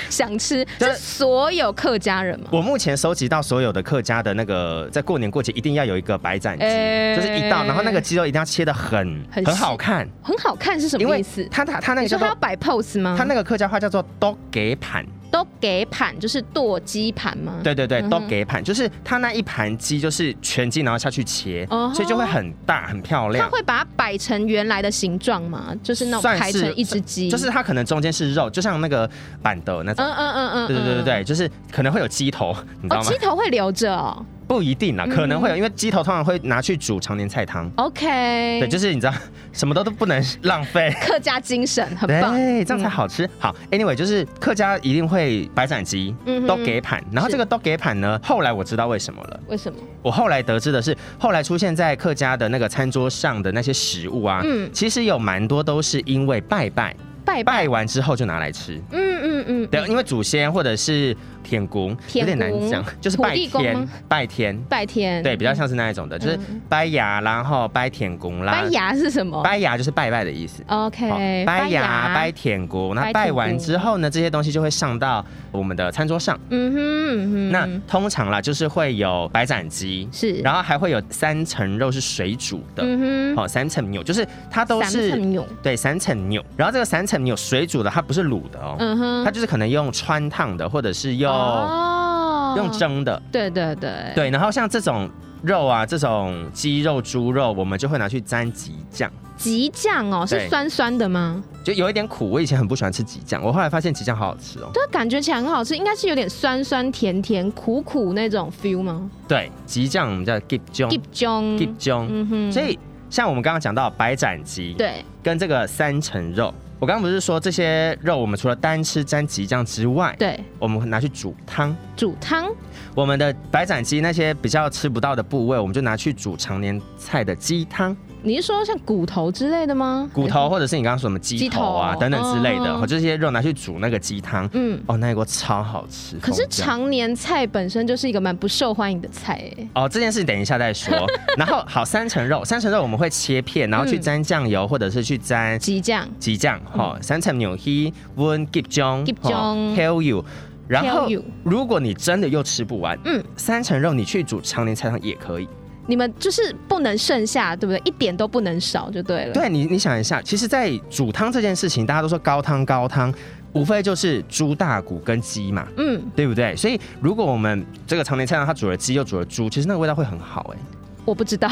Speaker 3: 想吃？
Speaker 4: 但
Speaker 3: 是所有客家人吗？
Speaker 4: 我目前收集到所有的客家的那个，在过年过节一定要有一个白斩鸡，
Speaker 3: 哎
Speaker 4: 就是一道，然后那个鸡肉一定要切的很
Speaker 3: 很细
Speaker 4: 很好看，
Speaker 3: 很好看是什
Speaker 4: 因
Speaker 3: 么
Speaker 4: 为
Speaker 3: 意思？
Speaker 4: 它它它那
Speaker 3: 你
Speaker 4: 个叫
Speaker 3: 说他要
Speaker 4: 做
Speaker 3: 摆 pose 吗？
Speaker 4: 它那个客家话叫做都给盘，
Speaker 3: 都给盘，就是剁鸡盘吗？，
Speaker 4: 对对对，
Speaker 3: 嗯哼
Speaker 4: 都给盘，就是它那一盘鸡就是全鸡，然后下去切，
Speaker 3: 哦吼
Speaker 4: 所以就会很大很漂
Speaker 3: 他
Speaker 4: 亮。
Speaker 3: 会把它摆成原来的形状吗？就是那种
Speaker 4: 算是
Speaker 3: 排成一只鸡，
Speaker 4: 就是它可能中间是肉，就像那个板的那种。
Speaker 3: 嗯嗯嗯嗯，
Speaker 4: 对对对对对，就是可能会有鸡头，你知
Speaker 3: 哦，
Speaker 4: 道吗
Speaker 3: 鸡？头会留着哦。
Speaker 4: 不一定啦，啊可能会有，因为鸡头通常会拿去煮常年菜汤。
Speaker 3: OK，
Speaker 4: 对，就是你知道，什么都都不能浪费。
Speaker 3: 客家精神很棒，
Speaker 4: 对，这样
Speaker 3: 嗯
Speaker 4: 才好吃。好，anyway，就是客家一定会白斩鸡
Speaker 3: 嗯哼，
Speaker 4: 都给盘。然后
Speaker 3: 是
Speaker 4: 这个都给盘呢，后来我知道为什么了。
Speaker 3: 为什么？
Speaker 4: 我后来得知的是，后来出现在客家的那个餐桌上的那些食物啊，
Speaker 3: 嗯
Speaker 4: 其实有蛮多都是因为拜拜，
Speaker 3: 拜拜，
Speaker 4: 拜完之后就拿来吃。
Speaker 3: 嗯嗯嗯，
Speaker 4: 对，因为祖先或者是天公，
Speaker 3: 天
Speaker 4: 有点难
Speaker 3: 公
Speaker 4: 讲，就是
Speaker 3: 土
Speaker 4: 拜
Speaker 3: 地公
Speaker 4: 天
Speaker 3: 吗，嗯
Speaker 4: 拜天，
Speaker 3: 拜天，
Speaker 4: 对，比较像是那一种的，就是拜牙，然后拜天公啦，
Speaker 3: 拜牙是什么
Speaker 4: 拜牙就是拜拜的意思。好
Speaker 3: ？OK，
Speaker 4: 拜牙、拜，舔骨，
Speaker 3: 拜
Speaker 4: 那
Speaker 3: 舔
Speaker 4: 拜完
Speaker 3: 骨
Speaker 4: 之后呢，这些东西就会上到我们的餐桌上。
Speaker 3: 嗯哼嗯哼，
Speaker 4: 那通常啦，就是会有白斩鸡，
Speaker 3: 是，
Speaker 4: 然后还会有三层肉是水煮的，
Speaker 3: 嗯哼，
Speaker 4: 好、三层牛就是它都
Speaker 3: 三
Speaker 4: 是
Speaker 3: 层牛，
Speaker 4: 对三层牛，然后这个三层牛水煮的，它不是卤的哦，
Speaker 3: 嗯哼，
Speaker 4: 它就是可能用穿烫的，或者是用、
Speaker 3: 哦
Speaker 4: 用，蒸的，
Speaker 3: 对对对，
Speaker 4: 对。然后像这种肉啊，这种鸡肉、猪肉，我们就会拿去沾吉酱，
Speaker 3: 极酱哦，是
Speaker 4: 对
Speaker 3: 酸酸的吗？
Speaker 4: 就有一点苦。我以前很不喜欢吃吉酱，我后来发现吉酱好好吃哦。
Speaker 3: 对，感觉起来很好吃，应该是有点酸酸甜甜、苦苦那种 feel 吗
Speaker 4: 对，吉酱我们叫 gib 酱
Speaker 3: g i b j o
Speaker 4: gib
Speaker 3: n
Speaker 4: 酱，
Speaker 3: 嗯哼，
Speaker 4: 所以像我们刚刚讲到白斩鸡，
Speaker 3: 对，
Speaker 4: 跟这个三层肉，我刚刚不是说这些肉我们除了单吃沾吉酱之外，
Speaker 3: 对，
Speaker 4: 我们拿去煮汤。
Speaker 3: 煮汤
Speaker 4: 我们的白斩鸡那些比较吃不到的部位，我们就拿去煮常年菜的鸡汤，
Speaker 3: 你是说像骨头之类的吗？
Speaker 4: 骨头，或者是你刚刚说什么
Speaker 3: 鸡
Speaker 4: 鸡
Speaker 3: 头
Speaker 4: 头啊等等之类的，
Speaker 3: 哦
Speaker 4: 或者这些肉拿去煮那个鸡汤，
Speaker 3: 嗯，
Speaker 4: 哦，那一锅超好吃。
Speaker 3: 可是
Speaker 4: 疯掉
Speaker 3: 常年菜本身就是一个蛮不受欢迎的菜欸，
Speaker 4: 哦，这件事等一下再 (laughs) 说。然后好，三层肉，三层肉我们会切片，然后去
Speaker 3: 嗯
Speaker 4: 沾酱油，或者是去沾
Speaker 3: 极酱
Speaker 4: 鸡酱哈，三层牛膝 one gib 酱
Speaker 3: gib 酱
Speaker 4: tell 哦 you。然后
Speaker 3: Tell you，
Speaker 4: 如果你真的又吃不完，
Speaker 3: 嗯
Speaker 4: 嗯，三层肉你去煮常年菜汤也可以。
Speaker 3: 你们就是不能剩下，对不对？一点都不能少，就对了。，
Speaker 4: 对你，你想一下，其实，在煮汤这件事情，大家都说高汤高汤，无非就是猪大骨跟鸡嘛，
Speaker 3: 嗯，
Speaker 4: 对不对？所以如果我们这个常年菜汤它煮了鸡又煮了猪，其实那个味道会很好哎、
Speaker 3: 我不知
Speaker 4: (laughs)
Speaker 3: 道，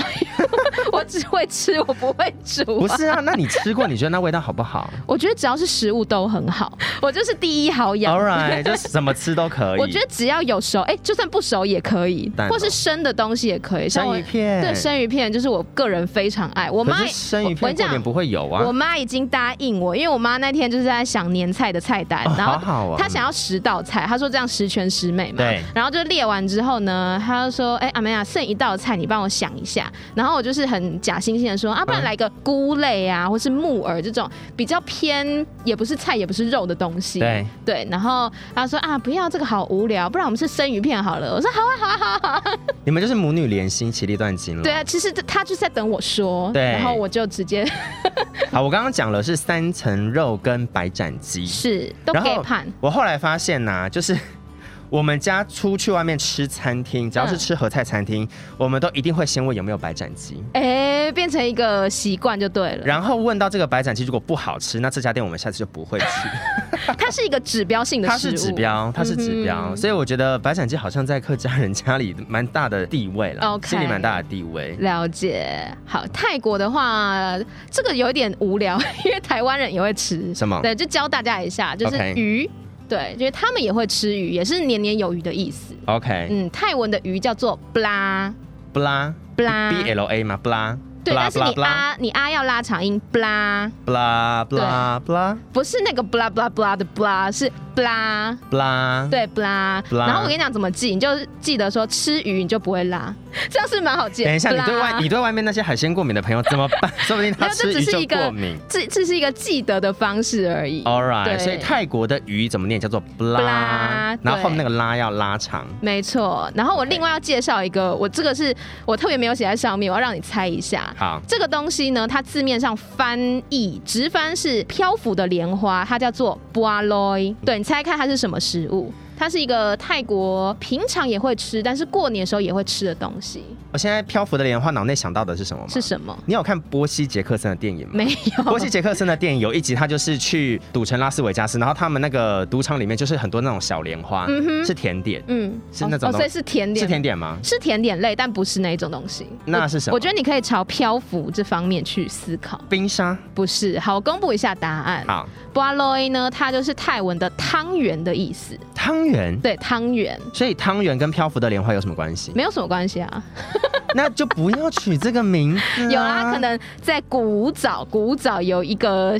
Speaker 3: 我只会吃，我不会煮、
Speaker 4: 不是啊，那你吃过，你觉得那味道好不
Speaker 3: (laughs)
Speaker 4: 好
Speaker 3: 我觉得只要是食物都很好，我就是第一好养。
Speaker 4: ？All right，就是怎么吃都可以。
Speaker 3: 我觉得只要有熟，哎、就算不熟也可以，
Speaker 4: 蛋哦
Speaker 3: 或是生的东西也可以，像我
Speaker 4: 生鱼片，
Speaker 3: 对生鱼片就是我个人非常爱。我
Speaker 4: 可
Speaker 3: 妈
Speaker 4: 是生鱼
Speaker 3: 我我
Speaker 4: 片
Speaker 3: 跟你
Speaker 4: 过
Speaker 3: 讲
Speaker 4: 年不会有啊。
Speaker 3: 我妈已经答应我，因为我妈那天就是在想年菜的菜单，
Speaker 4: 哦
Speaker 3: 然
Speaker 4: 好
Speaker 3: 后
Speaker 4: 好哦
Speaker 3: 她想要十道菜，她说这样十全十美嘛。
Speaker 4: 对
Speaker 3: 然后就列完之后呢，她就说：“哎、阿梅亚，剩一道菜，你帮我想一下。”然后我就是很假惺惺的说：“啊，不然
Speaker 4: 嗯
Speaker 3: 来个菇类啊，或是木耳这种比较偏，也不是菜，也不是肉的东西。”
Speaker 4: 对，
Speaker 3: 对。然后她说：“啊，不要这个好无聊，不然我们是生鱼片好了。”我说：“好啊，好啊，好啊。好啊
Speaker 4: 你们就是母女连心，其利断金了。
Speaker 3: 对啊，其实这她就是在等我说，
Speaker 4: 嗯对
Speaker 3: 然后我就直接
Speaker 4: 好，我刚刚讲了是三层肉跟白斩鸡，
Speaker 3: 是都
Speaker 4: 然
Speaker 3: 给
Speaker 4: 后
Speaker 3: 判。
Speaker 4: (laughs) 我后来发现呐、就是 (laughs) 我们家出去外面吃餐厅，只要是
Speaker 3: 嗯
Speaker 4: 吃合菜餐厅，我们都一定会先问有没有白斩鸡，
Speaker 3: 哎、变成一个习惯就对了。
Speaker 4: 然后问到这个白斩鸡如果不好吃，那这家店我们下次就
Speaker 3: (laughs)
Speaker 4: 不会去。
Speaker 3: 它是一个指标性的
Speaker 4: 它
Speaker 3: 食物，嗯
Speaker 4: 是指。标，它是指标，所以我觉得白斩鸡好像在客家人家里蛮大的地位了
Speaker 3: OK
Speaker 4: 心里蛮大的地位。
Speaker 3: 了解，好，泰国的话，这个有一点无聊， (laughs) 因为台湾人也会吃
Speaker 4: 什么
Speaker 3: 对，就教大家一下，就是
Speaker 4: OK
Speaker 3: 鱼对，就是他们也会吃鱼，也是年年有余的意思。
Speaker 4: OK，
Speaker 3: 嗯，泰文的鱼叫做布拉
Speaker 4: 布拉
Speaker 3: 布拉，
Speaker 4: B L A 嘛，布拉，
Speaker 3: 对，
Speaker 4: 布拉
Speaker 3: 但是
Speaker 4: 布拉
Speaker 3: 你
Speaker 4: 布拉
Speaker 3: 啊，你啊要拉长音，布拉，
Speaker 4: 布拉布拉布拉
Speaker 3: 不是那个布拉布拉布拉的布拉，是布拉，
Speaker 4: 布拉，
Speaker 3: 对，布拉。
Speaker 4: 布拉
Speaker 3: 然后我跟你讲怎么记，你就记得说吃鱼你就不会拉，这样是蛮好记的。
Speaker 4: 等一下，你对
Speaker 3: 布
Speaker 4: 外
Speaker 3: 拉
Speaker 4: 你对外面那些海鲜过敏的朋友怎么
Speaker 3: (laughs)
Speaker 4: 办？说不定
Speaker 3: 没
Speaker 4: 他
Speaker 3: 有
Speaker 4: 吃
Speaker 3: 这只
Speaker 4: 鱼
Speaker 3: 是
Speaker 4: 就
Speaker 3: 一个
Speaker 4: 过敏。
Speaker 3: 这这是一个记得的方式而已。
Speaker 4: All
Speaker 3: 对
Speaker 4: right，所以泰国的鱼怎么念叫做布
Speaker 3: 布
Speaker 4: 拉
Speaker 3: 拉，
Speaker 4: 然后后面
Speaker 3: 对
Speaker 4: 那个拉要拉长。
Speaker 3: 没错，然后我另外要介绍一个，我这个是我特别没有写在上面，我要让你猜一下。
Speaker 4: 好，
Speaker 3: 这个东西呢，它字面上翻译直翻是漂浮的莲花，它叫做 b a l o
Speaker 4: 嗯
Speaker 3: i 对你猜看它是什么食物？它是一个泰国平常也会吃，但是过年的时候也会吃的东西，
Speaker 4: 我现在漂浮的莲花脑内想到的是什么吗？
Speaker 3: 是什么？
Speaker 4: 你有看波西·杰克森的电影吗？
Speaker 3: 没有。
Speaker 4: 波西·杰克森的电影有一集，他就是去赌城拉斯维加斯，然后他们那个赌场里面就是很多那种小莲花，是甜点，
Speaker 3: 嗯，
Speaker 4: 是那种
Speaker 3: 哦，哦所以是甜点，
Speaker 4: 是甜点吗？
Speaker 3: 是甜点类，但不是那一种东西。
Speaker 4: 那是什么
Speaker 3: 我觉得你可以朝漂浮这方面去思考。
Speaker 4: 冰沙。
Speaker 3: 不是，好，我公布一下答案。
Speaker 4: 好，
Speaker 3: b a l o i 呢，它就是泰文的汤圆的意思。
Speaker 4: 汤圆。
Speaker 3: 对，汤圆
Speaker 4: 所以汤圆跟漂浮的莲花有什么关系？
Speaker 3: 没有什么关系啊。
Speaker 4: 那就不要取这个名字、
Speaker 3: (laughs) 有
Speaker 4: 啊。
Speaker 3: 啦，可能在古早古早有一个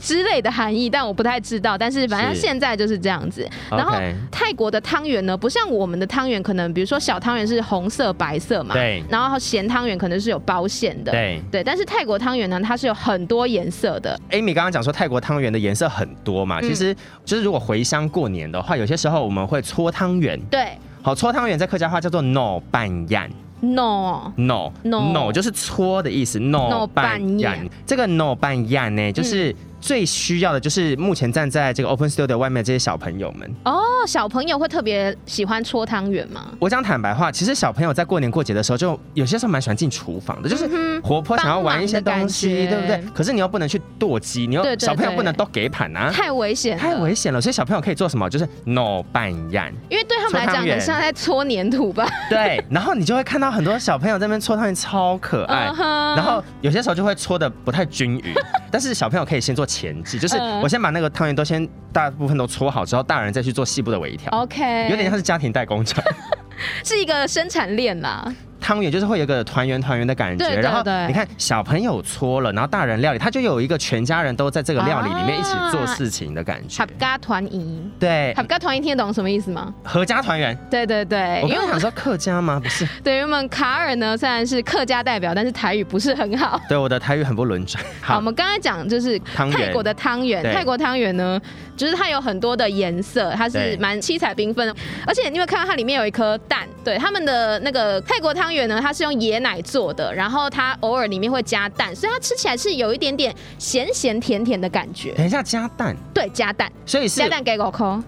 Speaker 3: 之类的含义，但我不太知道。但是反正
Speaker 4: 是
Speaker 3: 现在就是这样子。
Speaker 4: OK
Speaker 3: 然后泰国的汤圆呢，不像我们的汤圆，可能比如说小汤圆是红色、白色嘛，
Speaker 4: 对
Speaker 3: 然后咸汤圆可能是有包馅的，
Speaker 4: 对
Speaker 3: 对。但是泰国汤圆呢，它是有很多颜色的，
Speaker 4: Amy 刚刚讲说泰国汤圆的颜色很多
Speaker 3: 嗯
Speaker 4: 嘛，其实就是如果回乡过年的话，有些时候我们会搓汤圆。
Speaker 3: 对。
Speaker 4: 好，搓汤圆在客家话叫做 no 半yan
Speaker 3: No，
Speaker 4: no
Speaker 3: No
Speaker 4: 就是搓的意思
Speaker 3: No
Speaker 4: no 半
Speaker 3: 拌嗯
Speaker 4: yan。这个 no 半 yan 呢，就是最需要的就是目前站在这个 Open Studio 外面的这些小朋友们。
Speaker 3: 哦，小朋友会特别喜欢搓汤圆吗？
Speaker 4: 我讲坦白话，其实小朋友在过年过节的时候，就有些时候蛮喜欢进厨房的，就是
Speaker 3: 嗯
Speaker 4: 活泼想要玩一些
Speaker 3: 帮忙
Speaker 4: 东
Speaker 3: 的
Speaker 4: 西，对
Speaker 3: 感
Speaker 4: 不
Speaker 3: 觉
Speaker 4: 对？可是你又不能去剁鸡，你又
Speaker 3: 对对
Speaker 4: 小朋友
Speaker 3: 对
Speaker 4: 不能都给盘啊，
Speaker 3: 太危险了，
Speaker 4: 太危险了。所以小朋友可以做什么？就是 no 扮
Speaker 3: (laughs)
Speaker 4: 样，
Speaker 3: 因为对他们来
Speaker 4: 搓
Speaker 3: 讲，
Speaker 4: 汤圆
Speaker 3: 很像在搓粘土
Speaker 4: (laughs)
Speaker 3: 吧。
Speaker 4: 对。然后你就会看到很多小朋友在那边搓汤圆，超可爱。然
Speaker 3: 然
Speaker 4: 后有些时候就会搓的不太均
Speaker 3: (laughs)
Speaker 4: 匀，但是小朋友可以先做前置，就是
Speaker 3: 嗯
Speaker 4: 我先把那个汤圆都先大部分都搓好之后，大人再去做细部的微调，
Speaker 3: 哦 OK，
Speaker 4: 有点像是家庭代工厂。
Speaker 3: (laughs) 是一个生产链啦。
Speaker 4: (laughs) 汤圆就是会有一个团圆团圆的感觉，
Speaker 3: 对对
Speaker 4: 然后
Speaker 3: 对
Speaker 4: 你看小朋友搓了，然后大人料理，他就有一个全家人都在这个料理里面一起做
Speaker 3: 啊
Speaker 4: 事情的感觉。
Speaker 3: 合家团圆，
Speaker 4: 对
Speaker 3: 合，家团圆听得懂什么意思吗？
Speaker 4: 合家团圆。
Speaker 3: 对对对，
Speaker 4: 我
Speaker 3: 哎因为
Speaker 4: 刚刚想说客家吗？不是，
Speaker 3: 对于我们卡尔呢，虽然是客家代表，但是台语不是很好。
Speaker 4: (laughs) 对我的台语很不轮转。
Speaker 3: 我
Speaker 4: 好，
Speaker 3: 们刚才讲就是
Speaker 4: 汤圆
Speaker 3: 泰国的汤圆，
Speaker 4: 对
Speaker 3: 泰国汤圆呢，就是它有很多的颜色，它是
Speaker 4: 对
Speaker 3: 蛮七彩缤纷的，而且你有没有看到它里面有一颗蛋？对，他们的那个泰国汤圆呢，它是用椰奶做的，然后它偶尔里面会加蛋，所以它吃起来是有一点点咸咸甜甜的感觉。
Speaker 4: 等一下加蛋，
Speaker 3: 对，加蛋，
Speaker 4: 所以是
Speaker 3: 加蛋给狗抠。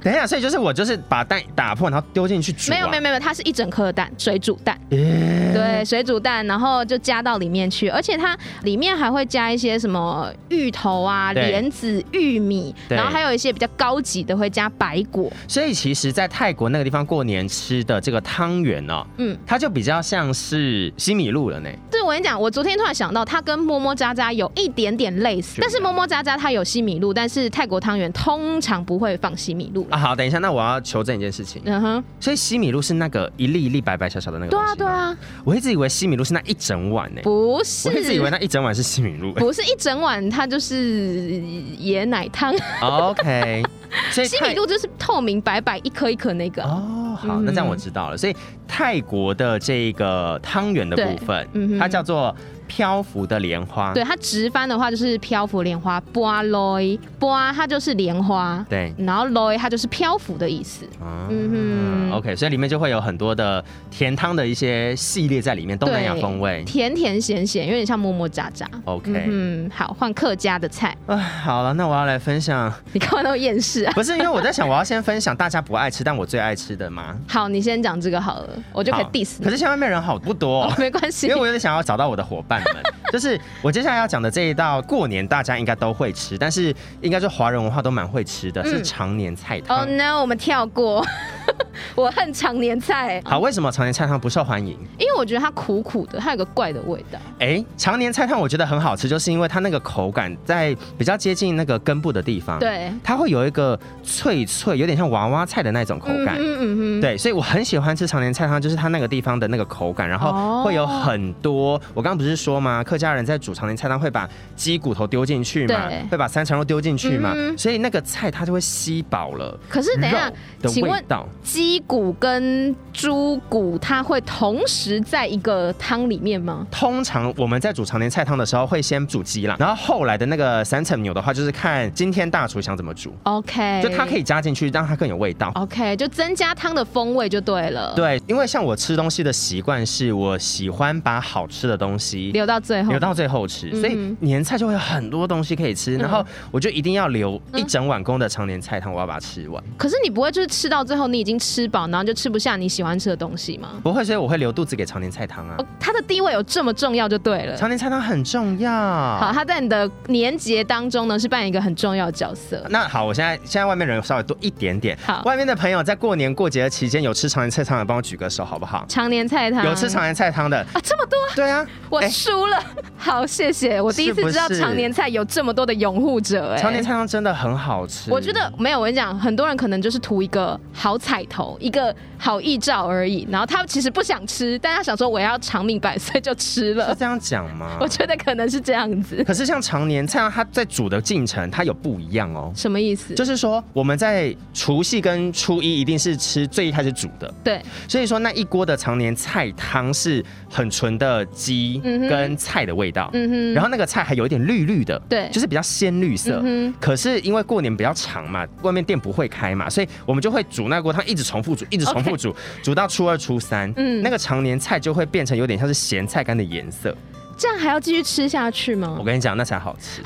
Speaker 4: 等一下，所以就是我就是把蛋打破，然后丢进去煮、啊。
Speaker 3: 没有没有没有，它是一整颗蛋，水煮蛋，
Speaker 4: 诶
Speaker 3: 对，水煮蛋，然后就加到里面去，而且它里面还会加一些什么芋头啊、
Speaker 4: 对
Speaker 3: 莲子、玉米，
Speaker 4: 对
Speaker 3: 然后还有一些比较高级的会加白果，
Speaker 4: 所以其实，在泰国那个地方过年吃的这个汤圆哦，
Speaker 3: 嗯。
Speaker 4: 它就比较像是西米露了呢。
Speaker 3: 对，我跟你讲，我昨天突然想到，它跟么么喳喳有一点点类似
Speaker 4: 是，
Speaker 3: 但是么么喳喳它有西米露，但是泰国汤圆通常不会放西米露。
Speaker 4: 啊，好，等一下，那我要求证一件事情。
Speaker 3: 嗯哼，
Speaker 4: 所以西米露是那个一粒一粒白白小小的那个
Speaker 3: 对啊
Speaker 4: 东西。
Speaker 3: 对。啊，
Speaker 4: 我一直以为西米露是那一整碗呢、
Speaker 3: 不
Speaker 4: 我一直以为
Speaker 3: 是。
Speaker 4: 那一整碗是西米露、
Speaker 3: 不是一整碗，它就是椰奶
Speaker 4: (laughs)
Speaker 3: 汤。 (laughs)
Speaker 4: OK，所以
Speaker 3: 西
Speaker 4: 泰
Speaker 3: 米露就是透明白白一颗一颗那个。
Speaker 4: 哦，好，那这样
Speaker 3: 嗯
Speaker 4: 我知道了。所以泰国的这个汤圆的
Speaker 3: 对
Speaker 4: 部分，
Speaker 3: 嗯哼
Speaker 4: 它叫做漂浮的莲花。
Speaker 3: 对它直翻的话就是漂浮莲花，波罗波啊它就是莲花，
Speaker 4: 对，
Speaker 3: 然后罗它就是漂浮的意思。
Speaker 4: 嗯
Speaker 3: 嗯
Speaker 4: 哼
Speaker 3: 哼
Speaker 4: ，OK，所以里面就会有很多的甜汤的一些系列在里面，东南亚风味。
Speaker 3: 甜甜咸咸，有点像么么喳喳。
Speaker 4: OK，
Speaker 3: 嗯哼，好，换客家的菜，
Speaker 4: 啊、好了，那我要来分享，
Speaker 3: 你干嘛那么厌世啊？ (laughs)
Speaker 4: 不是因为我在想，我要先分享大家不爱吃但我最爱吃的吗？
Speaker 3: 好，你先讲这个好了，我就可以
Speaker 4: 好
Speaker 3: diss 你。
Speaker 4: 可是现在外面人好不多、
Speaker 3: 哦
Speaker 4: (laughs) 哦，
Speaker 3: (laughs) 没关
Speaker 4: 因
Speaker 3: 系
Speaker 4: 为，我有点想要找到我的伙伴
Speaker 3: (laughs)
Speaker 4: 们。就是我接下来要讲的这一道过年大家应该都会吃，但是应该说华人文化都蛮会吃的，是
Speaker 3: 嗯
Speaker 4: 常年菜汤。
Speaker 3: 哦 no，我们跳过。 (laughs) 我恨常年菜，
Speaker 4: 好，为什么常年菜汤不受欢迎？
Speaker 3: 因为我觉得它苦苦的，它有个怪的味道。
Speaker 4: 哎、常年菜汤我觉得很好吃，就是因为它那个口感在比较接近那个根部的地方，，
Speaker 3: 对，
Speaker 4: 它会有一个脆脆，有点像娃娃菜的那种口
Speaker 3: 嗯
Speaker 4: 感。
Speaker 3: 哼嗯嗯，
Speaker 4: 对，所以我很喜欢吃常年菜汤，就是它那个地方的那个口感，然后
Speaker 3: 哦
Speaker 4: 会有很多。我刚刚不是说吗？客家人在煮常年菜汤会把鸡骨头丢进去嘛
Speaker 3: 对，
Speaker 4: 会把三层肉丢进去嘛，
Speaker 3: 嗯
Speaker 4: 所以那个菜它就会吸饱了
Speaker 3: 可是
Speaker 4: 肉
Speaker 3: 等一下，
Speaker 4: 的
Speaker 3: 请
Speaker 4: 味
Speaker 3: 问
Speaker 4: 道。
Speaker 3: 鸡骨跟猪骨，它会同时在一个汤里面吗？
Speaker 4: 通常我们在煮常年菜汤的时候会先煮鸡啦，然后后来的那个三层牛的话，就是看今天大厨想怎么煮，
Speaker 3: OK，
Speaker 4: 就它可以加进去，让它更有味道。
Speaker 3: OK，就增加汤的风味就对了。，
Speaker 4: 对，因为像我吃东西的习惯是，我喜欢把好吃的东西
Speaker 3: 留到最后
Speaker 4: 留。到最后吃，所以
Speaker 3: 哦嗯
Speaker 4: 年菜就会有很多东西可以吃，然后我就一定要留
Speaker 3: 嗯
Speaker 4: 一整碗公的常年菜汤，我要把它吃完。
Speaker 3: 可是你不会就是吃到最后你已经吃饱，然后就吃不下你喜欢吃的东西吗？
Speaker 4: 不会，所以我会留肚子给常年菜汤啊
Speaker 3: 哦。，它的地位有这么重要就对了。
Speaker 4: 常年菜汤很重
Speaker 3: 好，
Speaker 4: 要。
Speaker 3: 它在你的年节当中呢是扮演一个很重要的角色。
Speaker 4: 那好，我现在现在外面人稍微多一点点。
Speaker 3: 好
Speaker 4: 外面的朋友在过年过节的期间有吃常年菜汤的，帮我举个手好不好？
Speaker 3: 常年菜汤
Speaker 4: 有吃常年菜汤的，
Speaker 3: 啊，这么多，
Speaker 4: 对啊，
Speaker 3: 我
Speaker 4: 哎
Speaker 3: 输了。好，谢谢，我第一
Speaker 4: 是
Speaker 3: 次
Speaker 4: 不
Speaker 3: 知道
Speaker 4: 是
Speaker 3: 常年菜有这么多的拥护者、哎，
Speaker 4: 常年菜汤真的很好吃。
Speaker 3: 我觉得没有，我跟你讲，很多人可能就是图一个好彩头，一个好预兆而已。然后他其实不想吃，但他想说我要长命百岁就吃
Speaker 4: 是 (laughs)
Speaker 3: 了。
Speaker 4: 这样讲吗
Speaker 3: 我？觉得可能是这样子，
Speaker 4: 可是像常年菜汤，它在煮的进程它有不一样哦。
Speaker 3: 什么意思？
Speaker 4: 就是说，我们在除夕跟初一一定是吃最一开始煮的，
Speaker 3: 对，
Speaker 4: 所以说那一锅的常年菜汤是很纯的鸡
Speaker 3: 嗯哼
Speaker 4: 跟菜的味道，
Speaker 3: 嗯哼，
Speaker 4: 然
Speaker 3: 后
Speaker 4: 后那个菜还有一点绿绿的，
Speaker 3: 对
Speaker 4: 就是比较鲜绿色。
Speaker 3: 嗯
Speaker 4: 可是因为过年比较长嘛，外面店不会开嘛，所以我们就会煮那锅汤，一直重复煮，一直重
Speaker 3: (laughs)
Speaker 4: 复煮煮到初二、初三，
Speaker 3: 嗯
Speaker 4: 那个常年菜就会变成有点像是咸菜干的颜色。
Speaker 3: 哼，这样还要继续吃下去吗
Speaker 4: 我？跟你讲，那才好吃。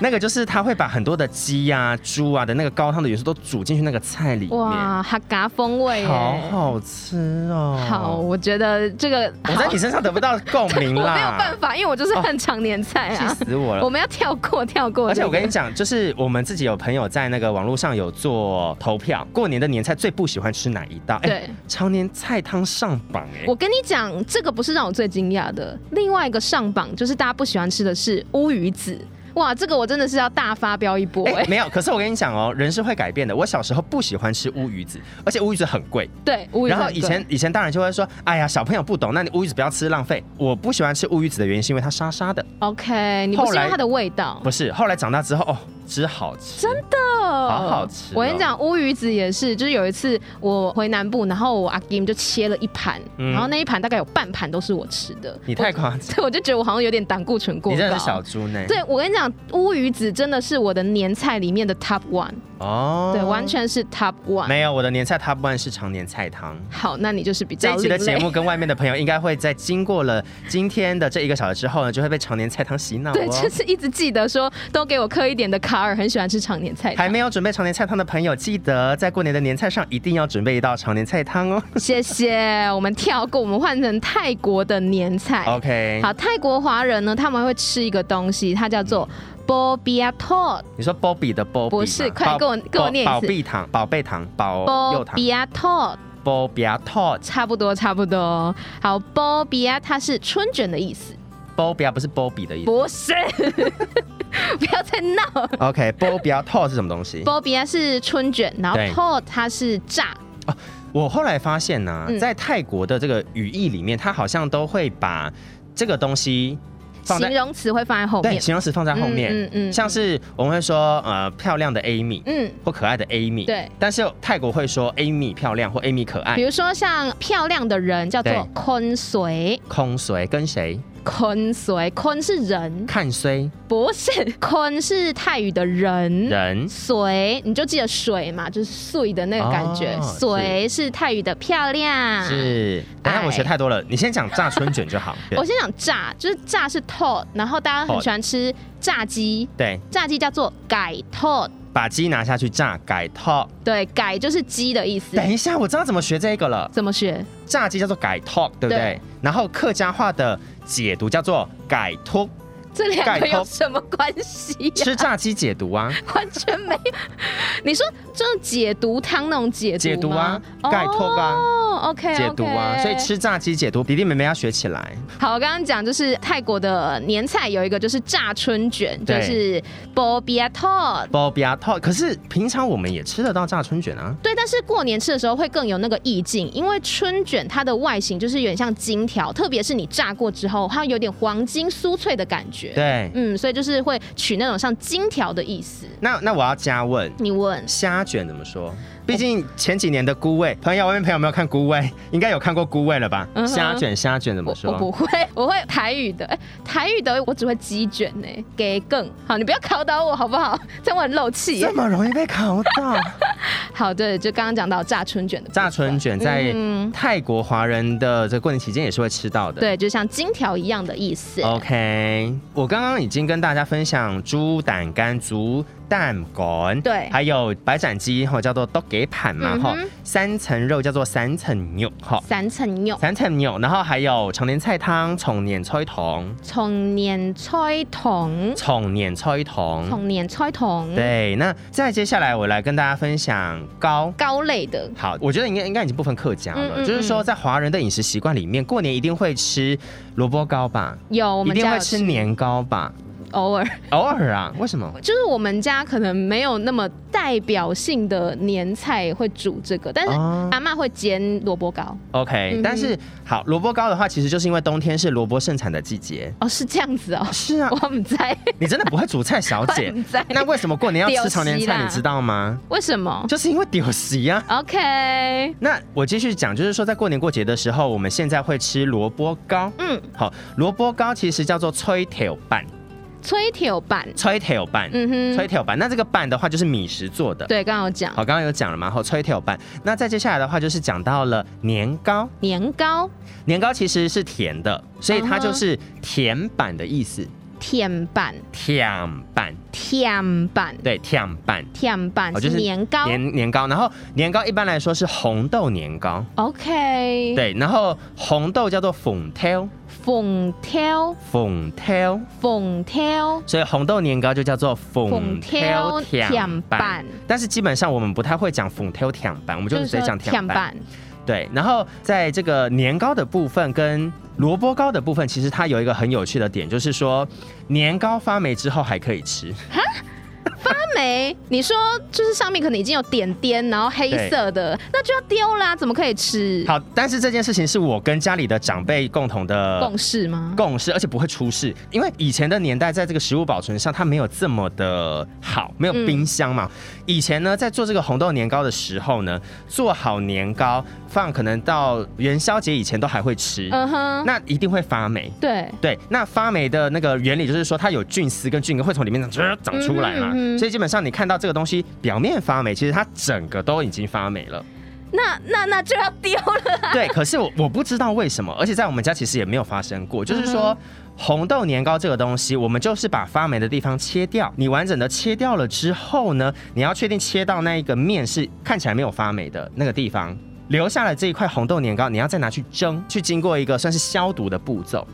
Speaker 4: 那个就是他会把很多的鸡呀、猪啊的那个高汤的元素都煮进去那个菜里面，
Speaker 3: 哇，哈嘎风味耶，
Speaker 4: 好好吃哦。
Speaker 3: 好，我觉得这个
Speaker 4: 我在
Speaker 3: 好
Speaker 4: 你身上得不到共
Speaker 3: (laughs)
Speaker 4: 鸣
Speaker 3: 我
Speaker 4: 啦，
Speaker 3: 没有办法，因为我就是恨常年菜啊，
Speaker 4: 哦气死我了
Speaker 3: 我。们要跳过跳过
Speaker 4: 而
Speaker 3: 这
Speaker 4: 且
Speaker 3: 个、
Speaker 4: 我跟你讲，就是我们自己有朋友在那个网络上有做投票，过年的年菜最不喜欢吃哪一道？哎
Speaker 3: 对，
Speaker 4: 常年菜汤上榜哎、
Speaker 3: 我跟你讲，这个不是让我最惊讶的。另外一个上榜就是大家不喜欢吃的是乌鱼子，哇，这个我真的是要大发飙一波哎、
Speaker 4: 哎、没有，可是我跟你讲哦，人是会改变的。我小时候不喜欢吃乌鱼子，而且乌鱼子很贵。
Speaker 3: 对，乌鱼子
Speaker 4: 然后
Speaker 3: 很
Speaker 4: 以
Speaker 3: 贵
Speaker 4: 前以前大人就会说，哎呀，小朋友不懂，那你乌鱼子不要吃，浪费。我不喜欢吃乌鱼子的原因是因为它沙沙的，
Speaker 3: OK，你不是
Speaker 4: 后
Speaker 3: 因
Speaker 4: 来
Speaker 3: 为它的味道，
Speaker 4: 不是。后来长大之后，哦，吃好吃，真的好好吃哦、
Speaker 3: 我跟你讲，乌鱼子也是，就是有一次我回南部，然后我阿金就切了一盘，
Speaker 4: 嗯
Speaker 3: 然后那一盘大概有半盘都是我吃的。
Speaker 4: 你太夸张，
Speaker 3: 对， (laughs) 我就觉得我好像有点胆固醇过
Speaker 4: 你
Speaker 3: 高。
Speaker 4: 真的是小猪呢。
Speaker 3: 对，我跟你讲，乌鱼子真的是我的年菜里面的 top one，、
Speaker 4: 哦，
Speaker 3: 对，完全是 top one。
Speaker 4: 没有，我的年菜 top one 是常年菜汤。
Speaker 3: 好，那你就是比较
Speaker 4: 这一集的
Speaker 3: 另
Speaker 4: 节
Speaker 3: 类
Speaker 4: 目跟外面的朋友应该会在经过了今天的这一个小时之后呢，就会被常年菜汤洗脑
Speaker 3: 对，
Speaker 4: 哦
Speaker 3: 就。是一直记得说，都给我刻一点的卡尔，很喜欢吃常年菜。
Speaker 4: 还没有准备常年菜汤的朋友，记得在过年的年菜上一定要准备一道常年菜汤哦。
Speaker 3: 谢谢，我们跳过，我们换成泰国的年菜。
Speaker 4: OK，
Speaker 3: 好，泰国华人呢，他们会吃一个东西，它叫做 bobiatot。
Speaker 4: 你说 Bobby 的 Bobby
Speaker 3: 不是
Speaker 4: 吗
Speaker 3: 快
Speaker 4: 宝
Speaker 3: 跟我跟我念一次
Speaker 4: 宝贝糖、宝贝糖、宝哦柚糖、
Speaker 3: bobiatot
Speaker 4: Bobby 啊 Tot、
Speaker 3: 差不多，差不多。好，bobia 它是春卷的意思，
Speaker 4: Bobby 啊不是 Bobby 的意思。
Speaker 3: 不是。 (laughs) 不要再闹
Speaker 4: OK，Bobby Tot 是什么东西？
Speaker 3: ，bobia 是春卷，然后
Speaker 4: 对
Speaker 3: tot 它是炸。
Speaker 4: 我后来发现呢、
Speaker 3: 嗯
Speaker 4: 在泰国的这个语义里面，它好像都会把这个东西放在
Speaker 3: 形容词会放在后
Speaker 4: 对
Speaker 3: 面。
Speaker 4: 形容词放在后面。
Speaker 3: 嗯嗯嗯
Speaker 4: 像是我们会说呃漂亮的 Amy
Speaker 3: 嗯，
Speaker 4: 或可爱的 Amy，
Speaker 3: 对。
Speaker 4: 但是泰国会说 Amy 漂亮或 Amy 可爱
Speaker 3: 比。如说像漂亮的人叫做
Speaker 4: 对
Speaker 3: 坤随，
Speaker 4: 空随跟谁
Speaker 3: 嗯坤随，坤是人，
Speaker 4: 看虽
Speaker 3: 不是 (laughs) 坤是泰语的人。
Speaker 4: 人
Speaker 3: 水，你就记得水嘛，就是碎的那个感觉。
Speaker 4: 哦
Speaker 3: 水是泰语的漂亮。。
Speaker 4: 是，等一下我学太多了，你先讲炸春卷就好。
Speaker 3: 哎我先讲炸，就是炸是 tot，然后大家很
Speaker 4: tot
Speaker 3: 喜欢吃炸鸡，
Speaker 4: 对，
Speaker 3: 炸鸡叫做改 tot，
Speaker 4: 把鸡拿下去炸，改套。
Speaker 3: 对，改就是鸡的意思。
Speaker 4: 等一下，我知道怎么学这个了。
Speaker 3: 怎么学？
Speaker 4: 炸鸡叫做改 talk，对不对？
Speaker 3: 对
Speaker 4: 然后客家话的解读叫做改托，
Speaker 3: 这两个
Speaker 4: 改 tot
Speaker 3: 有什么关系呀、
Speaker 4: 吃炸鸡解读啊，
Speaker 3: (laughs) 完全没有。你说就是解毒汤那种解毒
Speaker 4: 解毒啊
Speaker 3: 吗
Speaker 4: 盖托吧
Speaker 3: 哦，OK，
Speaker 4: 解读啊，所以吃炸鸡解读，弟弟妹妹要学起来。
Speaker 3: 好，我刚刚讲就是泰国的年菜有一个就是炸春卷，就
Speaker 4: 对
Speaker 3: 是啊 bobia tot。
Speaker 4: Bobia Talk，可是平常我们也吃得到炸春卷啊。
Speaker 3: 对，但是过年吃的时候会更有那个意境，因为春卷它的外形就是有点像金条，特别是你炸过之后，它有点黄金酥脆的感觉。，
Speaker 4: 对，
Speaker 3: 嗯，所以就是会取那种像金条的意思。
Speaker 4: 那那我要加问，
Speaker 3: 你问
Speaker 4: 虾卷怎么说？毕竟前几年的菇味，朋友外面朋友有没有看菇味？应该有看过菇味了吧？
Speaker 3: 嗯哼
Speaker 4: 虾卷虾卷怎么
Speaker 3: 我我
Speaker 4: 说？
Speaker 3: 不会，我会台语的，哎台语的我只会鸡卷呢、给更好，你不要考倒我好不好？这样我很漏气耶、
Speaker 4: 这么容易被考到？
Speaker 3: 好，对，就刚刚讲到炸春卷的部分
Speaker 4: (laughs) 炸春卷在泰国华人的这过年期间也是会吃到的。
Speaker 3: 对，就像金条一样的意思。
Speaker 4: 哦 OK，我刚刚已经跟大家分享猪胆肝、竹蛋干，
Speaker 3: 对
Speaker 4: 还有白斩鸡哈，叫做都给盘嘛哈、三层肉叫做三层肉哈，
Speaker 3: 三层肉，
Speaker 4: 三层肉，然后还有常年菜汤、重年菜筒、
Speaker 3: 从年吹筒，
Speaker 4: 重年菜筒。
Speaker 3: 从年吹筒，
Speaker 4: 嗯对，那再接下来我来跟大家分享糕。
Speaker 3: 糕类的，
Speaker 4: 好，我觉得应该应该已经不分客家了，
Speaker 3: 嗯嗯
Speaker 4: 就是说在华人的饮食习惯里面，过年一定会吃萝卜糕吧，
Speaker 3: 有我
Speaker 4: 一
Speaker 3: 们
Speaker 4: 定
Speaker 3: 家
Speaker 4: 会
Speaker 3: 有
Speaker 4: 吃，年糕吧，
Speaker 3: 偶尔
Speaker 4: 偶尔啊，为什么？
Speaker 3: 就是我们家可能没有那么代表性的年菜会煮这个，但是
Speaker 4: 哦
Speaker 3: 阿嬷会煎萝卜糕。
Speaker 4: OK，、
Speaker 3: 嗯
Speaker 4: 但是好，萝卜糕的话，其实就是因为冬天是萝卜盛产的季节。
Speaker 3: 哦，是这样子哦，
Speaker 4: 是啊，
Speaker 3: 我们在，
Speaker 4: 你真的不会煮菜，小
Speaker 3: 我 (laughs)
Speaker 4: 姐
Speaker 3: 很在。
Speaker 4: 那为什么过年要
Speaker 3: 丢啊
Speaker 4: 吃常年
Speaker 3: 席啦
Speaker 4: 菜？你知道吗？
Speaker 3: 为什么
Speaker 4: 就是因为丢席呀、
Speaker 3: ？OK，
Speaker 4: 那我继续讲，就是说在过年过节的时候，我们现在会吃萝卜糕。
Speaker 3: 嗯，
Speaker 4: 好，萝卜糕其实叫做炊条板，
Speaker 3: 吹铁板，
Speaker 4: 炊条板，
Speaker 3: 嗯哼
Speaker 4: 炊条板。那这个板的话就是米食做的。
Speaker 3: 对，刚刚有讲
Speaker 4: 好，刚刚有讲了嘛，好，炊条板。那再接下来的话就是讲到了年糕，
Speaker 3: 年糕
Speaker 4: 年糕其实是甜的，所以它
Speaker 3: 嗯哼
Speaker 4: 就是甜板的意思。
Speaker 3: 甜板，
Speaker 4: 甜板，
Speaker 3: 甜板，
Speaker 4: 对，甜板，
Speaker 3: 甜板
Speaker 4: 哦，就是是
Speaker 3: 年糕。
Speaker 4: 年年糕，然后年糕一般来说是红豆年糕，
Speaker 3: OK，，
Speaker 4: 对，然后红豆叫做粉条，
Speaker 3: 凤挑，
Speaker 4: 粉条，
Speaker 3: 凤挑，
Speaker 4: 所以红豆年糕就叫做粉
Speaker 3: 粉
Speaker 4: 条
Speaker 3: 条甜
Speaker 4: 甜
Speaker 3: 板
Speaker 4: 板。但是基本上我们不太会讲粉条甜板，我们就
Speaker 3: 就是是
Speaker 4: 直接
Speaker 3: 说
Speaker 4: 讲
Speaker 3: 甜
Speaker 4: 甜板。，对，然后在这个年糕的部分跟萝卜糕的部分，其实它有一个很有趣的点，就是说年糕发霉之后还可以吃。
Speaker 3: 发霉。你说就是上面可能已经有点点，然后黑
Speaker 4: 对
Speaker 3: 色的，那就要丢啦，怎么可以吃？
Speaker 4: 好，但是这件事情是我跟家里的长辈共同的
Speaker 3: 共识吗？
Speaker 4: 共识，而且不会出事，因为以前的年代在这个食物保存上，它没有这么的好，没有
Speaker 3: 嗯
Speaker 4: 冰箱嘛。以前呢，在做这个红豆年糕的时候呢，做好年糕放，可能到元宵节以前都还会吃，
Speaker 3: 嗯哼，
Speaker 4: 那一定会发霉。
Speaker 3: 对，
Speaker 4: 对，那发霉的那个原理就是说，它有菌丝跟菌根会从里面长长长出来嘛，
Speaker 3: 嗯哼嗯哼
Speaker 4: 所以基本上你看到这个东西表面发霉，其实它整个都已经发霉了。
Speaker 3: 那那那就要丢了。 (laughs)
Speaker 4: (laughs) 对，可是我我不知道为什么，而且在我们家其实也没有发生过。就是
Speaker 3: 嗯
Speaker 4: 说，红豆年糕这个东西，我们就是把发霉的地方切掉，你完整的切掉了之后呢，你要确定切到那一个面是看起来没有发霉的那个地方。留下来这一块红豆年糕，你要再拿去蒸，去经过一个算是消毒的步
Speaker 3: (laughs)
Speaker 4: 骤。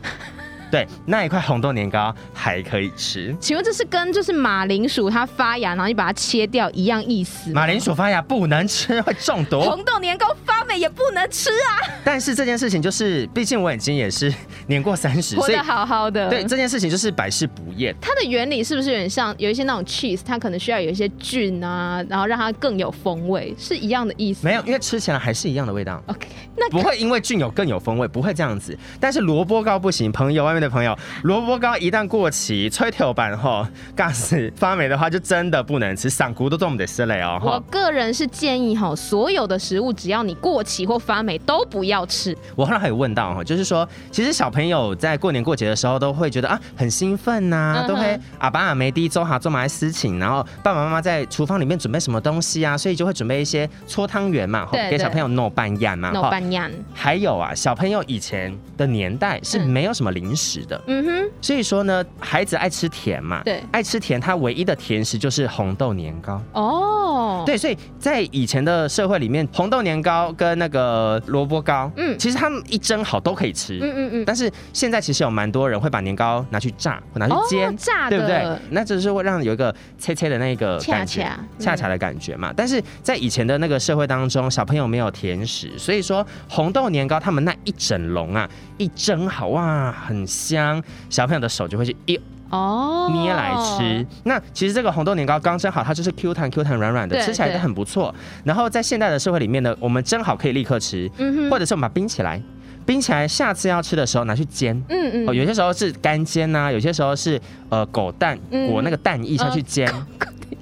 Speaker 4: 对，那一块红豆年糕还可以吃。
Speaker 3: 请问这是跟就是马铃薯它发芽，然后你把它切掉一样意思吗？
Speaker 4: 马铃薯发芽不能吃，会中毒。
Speaker 3: 红豆年糕发霉也不能吃啊，
Speaker 4: 但是这件事情就是，毕竟我已经也是年过三十，
Speaker 3: 活
Speaker 4: 所以
Speaker 3: 得好好的。
Speaker 4: 对这件事情就是百试不厌。
Speaker 3: 它的原理是不是有点像有一些那种 cheese，它可能需要有一些菌啊，然后让它更有风味，是一样的意思吗。
Speaker 4: 没有，因为吃起来还是一样的味道，
Speaker 3: OK，那
Speaker 4: 不会因为菌有更有风味，不会这样子。但是萝卜糕不行，朋友，外面的朋友，萝卜糕一旦过期，吹头板后，尬死发霉的话，就真的不能吃，嗓骨都冻得死嘞哦。
Speaker 3: 我
Speaker 4: 哈
Speaker 3: 个人是建议哈，所有的食物只要你过期或发霉都不要吃。
Speaker 4: 我后来还有问到哈，就是说，其实小朋友在过年过节的时候都会觉得啊很兴奋呐、
Speaker 3: 嗯哼
Speaker 4: 都会阿爸阿梅第一周哈做马来私情，然后爸爸妈妈在厨房里面准备什么东西啊，所以就会准备一些搓汤圆嘛，哈
Speaker 3: 对
Speaker 4: 给
Speaker 3: 对
Speaker 4: 小朋友弄半样嘛，
Speaker 3: 那
Speaker 4: 哈
Speaker 3: 半样，
Speaker 4: 还有啊，小朋友以前的年代是
Speaker 3: 嗯
Speaker 4: 没有什么零食的，
Speaker 3: 嗯哼，
Speaker 4: 所以说呢，孩子爱吃甜嘛，
Speaker 3: 对
Speaker 4: 爱吃甜，他唯一的甜食就是红豆年糕。
Speaker 3: 哦，，
Speaker 4: 对，所以在以前的社会里面，红豆年糕跟那个萝卜糕，
Speaker 3: 嗯
Speaker 4: 嗯，其实他们一蒸好都可以吃。
Speaker 3: 嗯嗯嗯，
Speaker 4: 但是现在其实有蛮多人会把年糕拿去炸，或拿去煎，
Speaker 3: 哦、炸的，
Speaker 4: 对不对？那就是会让有一个切切的那个
Speaker 3: 恰
Speaker 4: 感觉，
Speaker 3: 恰嗯
Speaker 4: 恰恰的感觉嘛。但是在以前的那个社会当中，小朋友没有甜食，所以说红豆年糕他们那一整笼啊，一蒸好哇，很香，小朋友的手就会去一
Speaker 3: 哦，
Speaker 4: 捏来吃。，那其实这个红豆年糕刚蒸好，它就是 Q 弹 Q 弹软软的，
Speaker 3: 对
Speaker 4: 吃起来都很不错。然后在现代的社会里面呢，我们蒸好可以立刻吃，
Speaker 3: 嗯哼，
Speaker 4: 或者是我们把它冰起来，冰起来下次要吃的时候拿去煎。
Speaker 3: 嗯嗯，
Speaker 4: 哦，有些时候是干煎呐、有些时候是呃狗蛋
Speaker 3: 嗯
Speaker 4: 裹那个蛋液下去
Speaker 3: (laughs)
Speaker 4: 煎，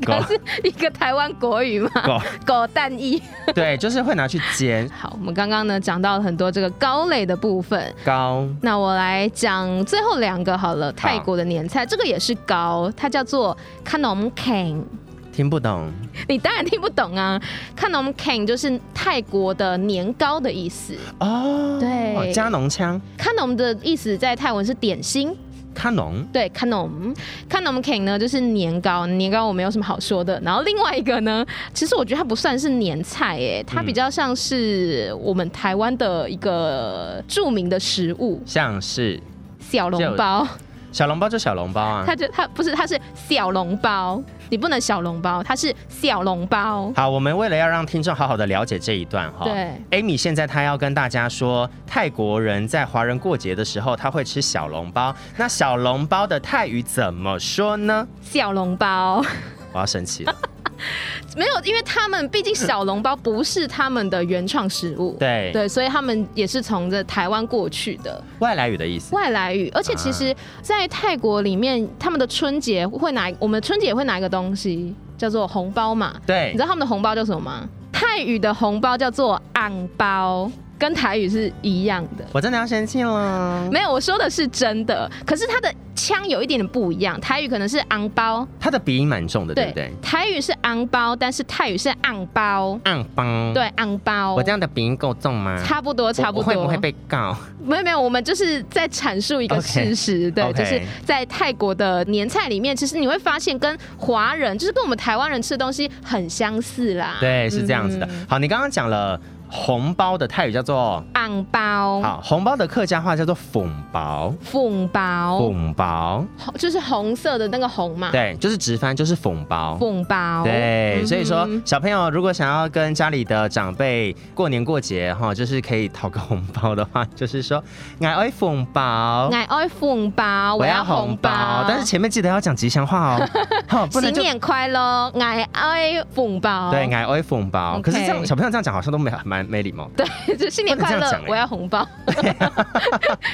Speaker 3: 它是一个台湾国语嘛，
Speaker 4: 狗
Speaker 3: 狗蛋意。
Speaker 4: 对，就是会拿去煎
Speaker 3: 好，我们刚刚呢讲到了很多这个糕类的部分，
Speaker 4: 糕。
Speaker 3: 那我来讲最后两个好了。泰国的年菜，这个也是糕，它叫做 kanom keng，
Speaker 4: 听不懂，
Speaker 3: 你当然听不懂啊。kanom keng 就是泰国的年糕的意思。
Speaker 4: 哦，
Speaker 3: 对
Speaker 4: 哦加农腔，
Speaker 3: kanom 的意思在泰文是点心，
Speaker 4: 卡农
Speaker 3: 对 kanom kanom keng 呢就是年糕，年糕我没有什么好说的。然后另外一个呢，其实我觉得它不算是年菜诶，它比较像是我们台湾的一个著名的食物
Speaker 4: 像是
Speaker 3: 小笼包。
Speaker 4: 小笼包就小笼包啊
Speaker 3: 它。就它不是，它是小笼包，你不能小笼包，它是小笼包。
Speaker 4: 好，我们为了要让听众好好的了解这一段哈、
Speaker 3: 对
Speaker 4: ，Amy 现在她要跟大家说，泰国人在华人过节的时候，他会吃小笼包。那小笼包的泰语怎么说呢？
Speaker 3: 小笼包 (laughs)
Speaker 4: 我要生气了。
Speaker 3: 没有，因为他们毕竟小笼包不是他们的原创食物，
Speaker 4: 对，
Speaker 3: 所以他们也是从这台湾过去的
Speaker 4: 外来语的意思。
Speaker 3: 外来语。而且其
Speaker 4: 啊
Speaker 3: 实，在泰国里面，他们的春节会拿，我们春节也会拿一个东西叫做红包嘛。你
Speaker 4: 对
Speaker 3: 知，道他们的红包叫什么吗？泰语的红包叫做昂包，跟台语是一样的。
Speaker 4: 我真的要生气了。
Speaker 3: 没有，我说的是真的，可是它的腔有一点点不一样。台语可能是昂包，
Speaker 4: 他的鼻音蛮重的，对不对？
Speaker 3: 台语是昂包，但是泰语是昂包，
Speaker 4: 暗帮，
Speaker 3: 对，昂包。
Speaker 4: 嗯我这样的鼻音够重吗？
Speaker 3: 差不多，差不
Speaker 4: 我
Speaker 3: 多。嗯
Speaker 4: 会不会被告？
Speaker 3: 没有没有，我们就是在阐述一个
Speaker 4: OK，
Speaker 3: 事实对
Speaker 4: OK
Speaker 3: 就是在泰国的年菜里面，其实你会发现跟华人，就是跟我们台湾人吃的东西很相似啦。，
Speaker 4: 对，是这样子的。
Speaker 3: 嗯
Speaker 4: 好，你刚刚讲了红包的泰语叫做。
Speaker 3: 昂包、
Speaker 4: 好，红包的客家话叫做“粉包”，
Speaker 3: 凤包，
Speaker 4: 粉包，
Speaker 3: 红就是红色的那个红嘛，
Speaker 4: 对，就是直翻就是“粉包”。
Speaker 3: 啊凤包。
Speaker 4: 对，所以说
Speaker 3: 嗯哼
Speaker 4: 小朋友如果想要跟家里的长辈过年过节哈，就是可以讨个红包的话，就是说“爱爱红包
Speaker 3: 我爱凤包，”，哦我要红包，
Speaker 4: 但是前面记得要讲吉祥
Speaker 3: (laughs)
Speaker 4: 话哦，哈，不能
Speaker 3: 新
Speaker 4: 就
Speaker 3: 年快乐，我爱凤包，
Speaker 4: 对“爱爱红包”。
Speaker 3: OK
Speaker 4: 可是这样小朋友这样讲好像都没蛮没礼貌，
Speaker 3: 对， (laughs) 就新年快
Speaker 4: 不能这
Speaker 3: 乐
Speaker 4: 样讲，欸
Speaker 3: 我要红
Speaker 4: (laughs)
Speaker 3: 包，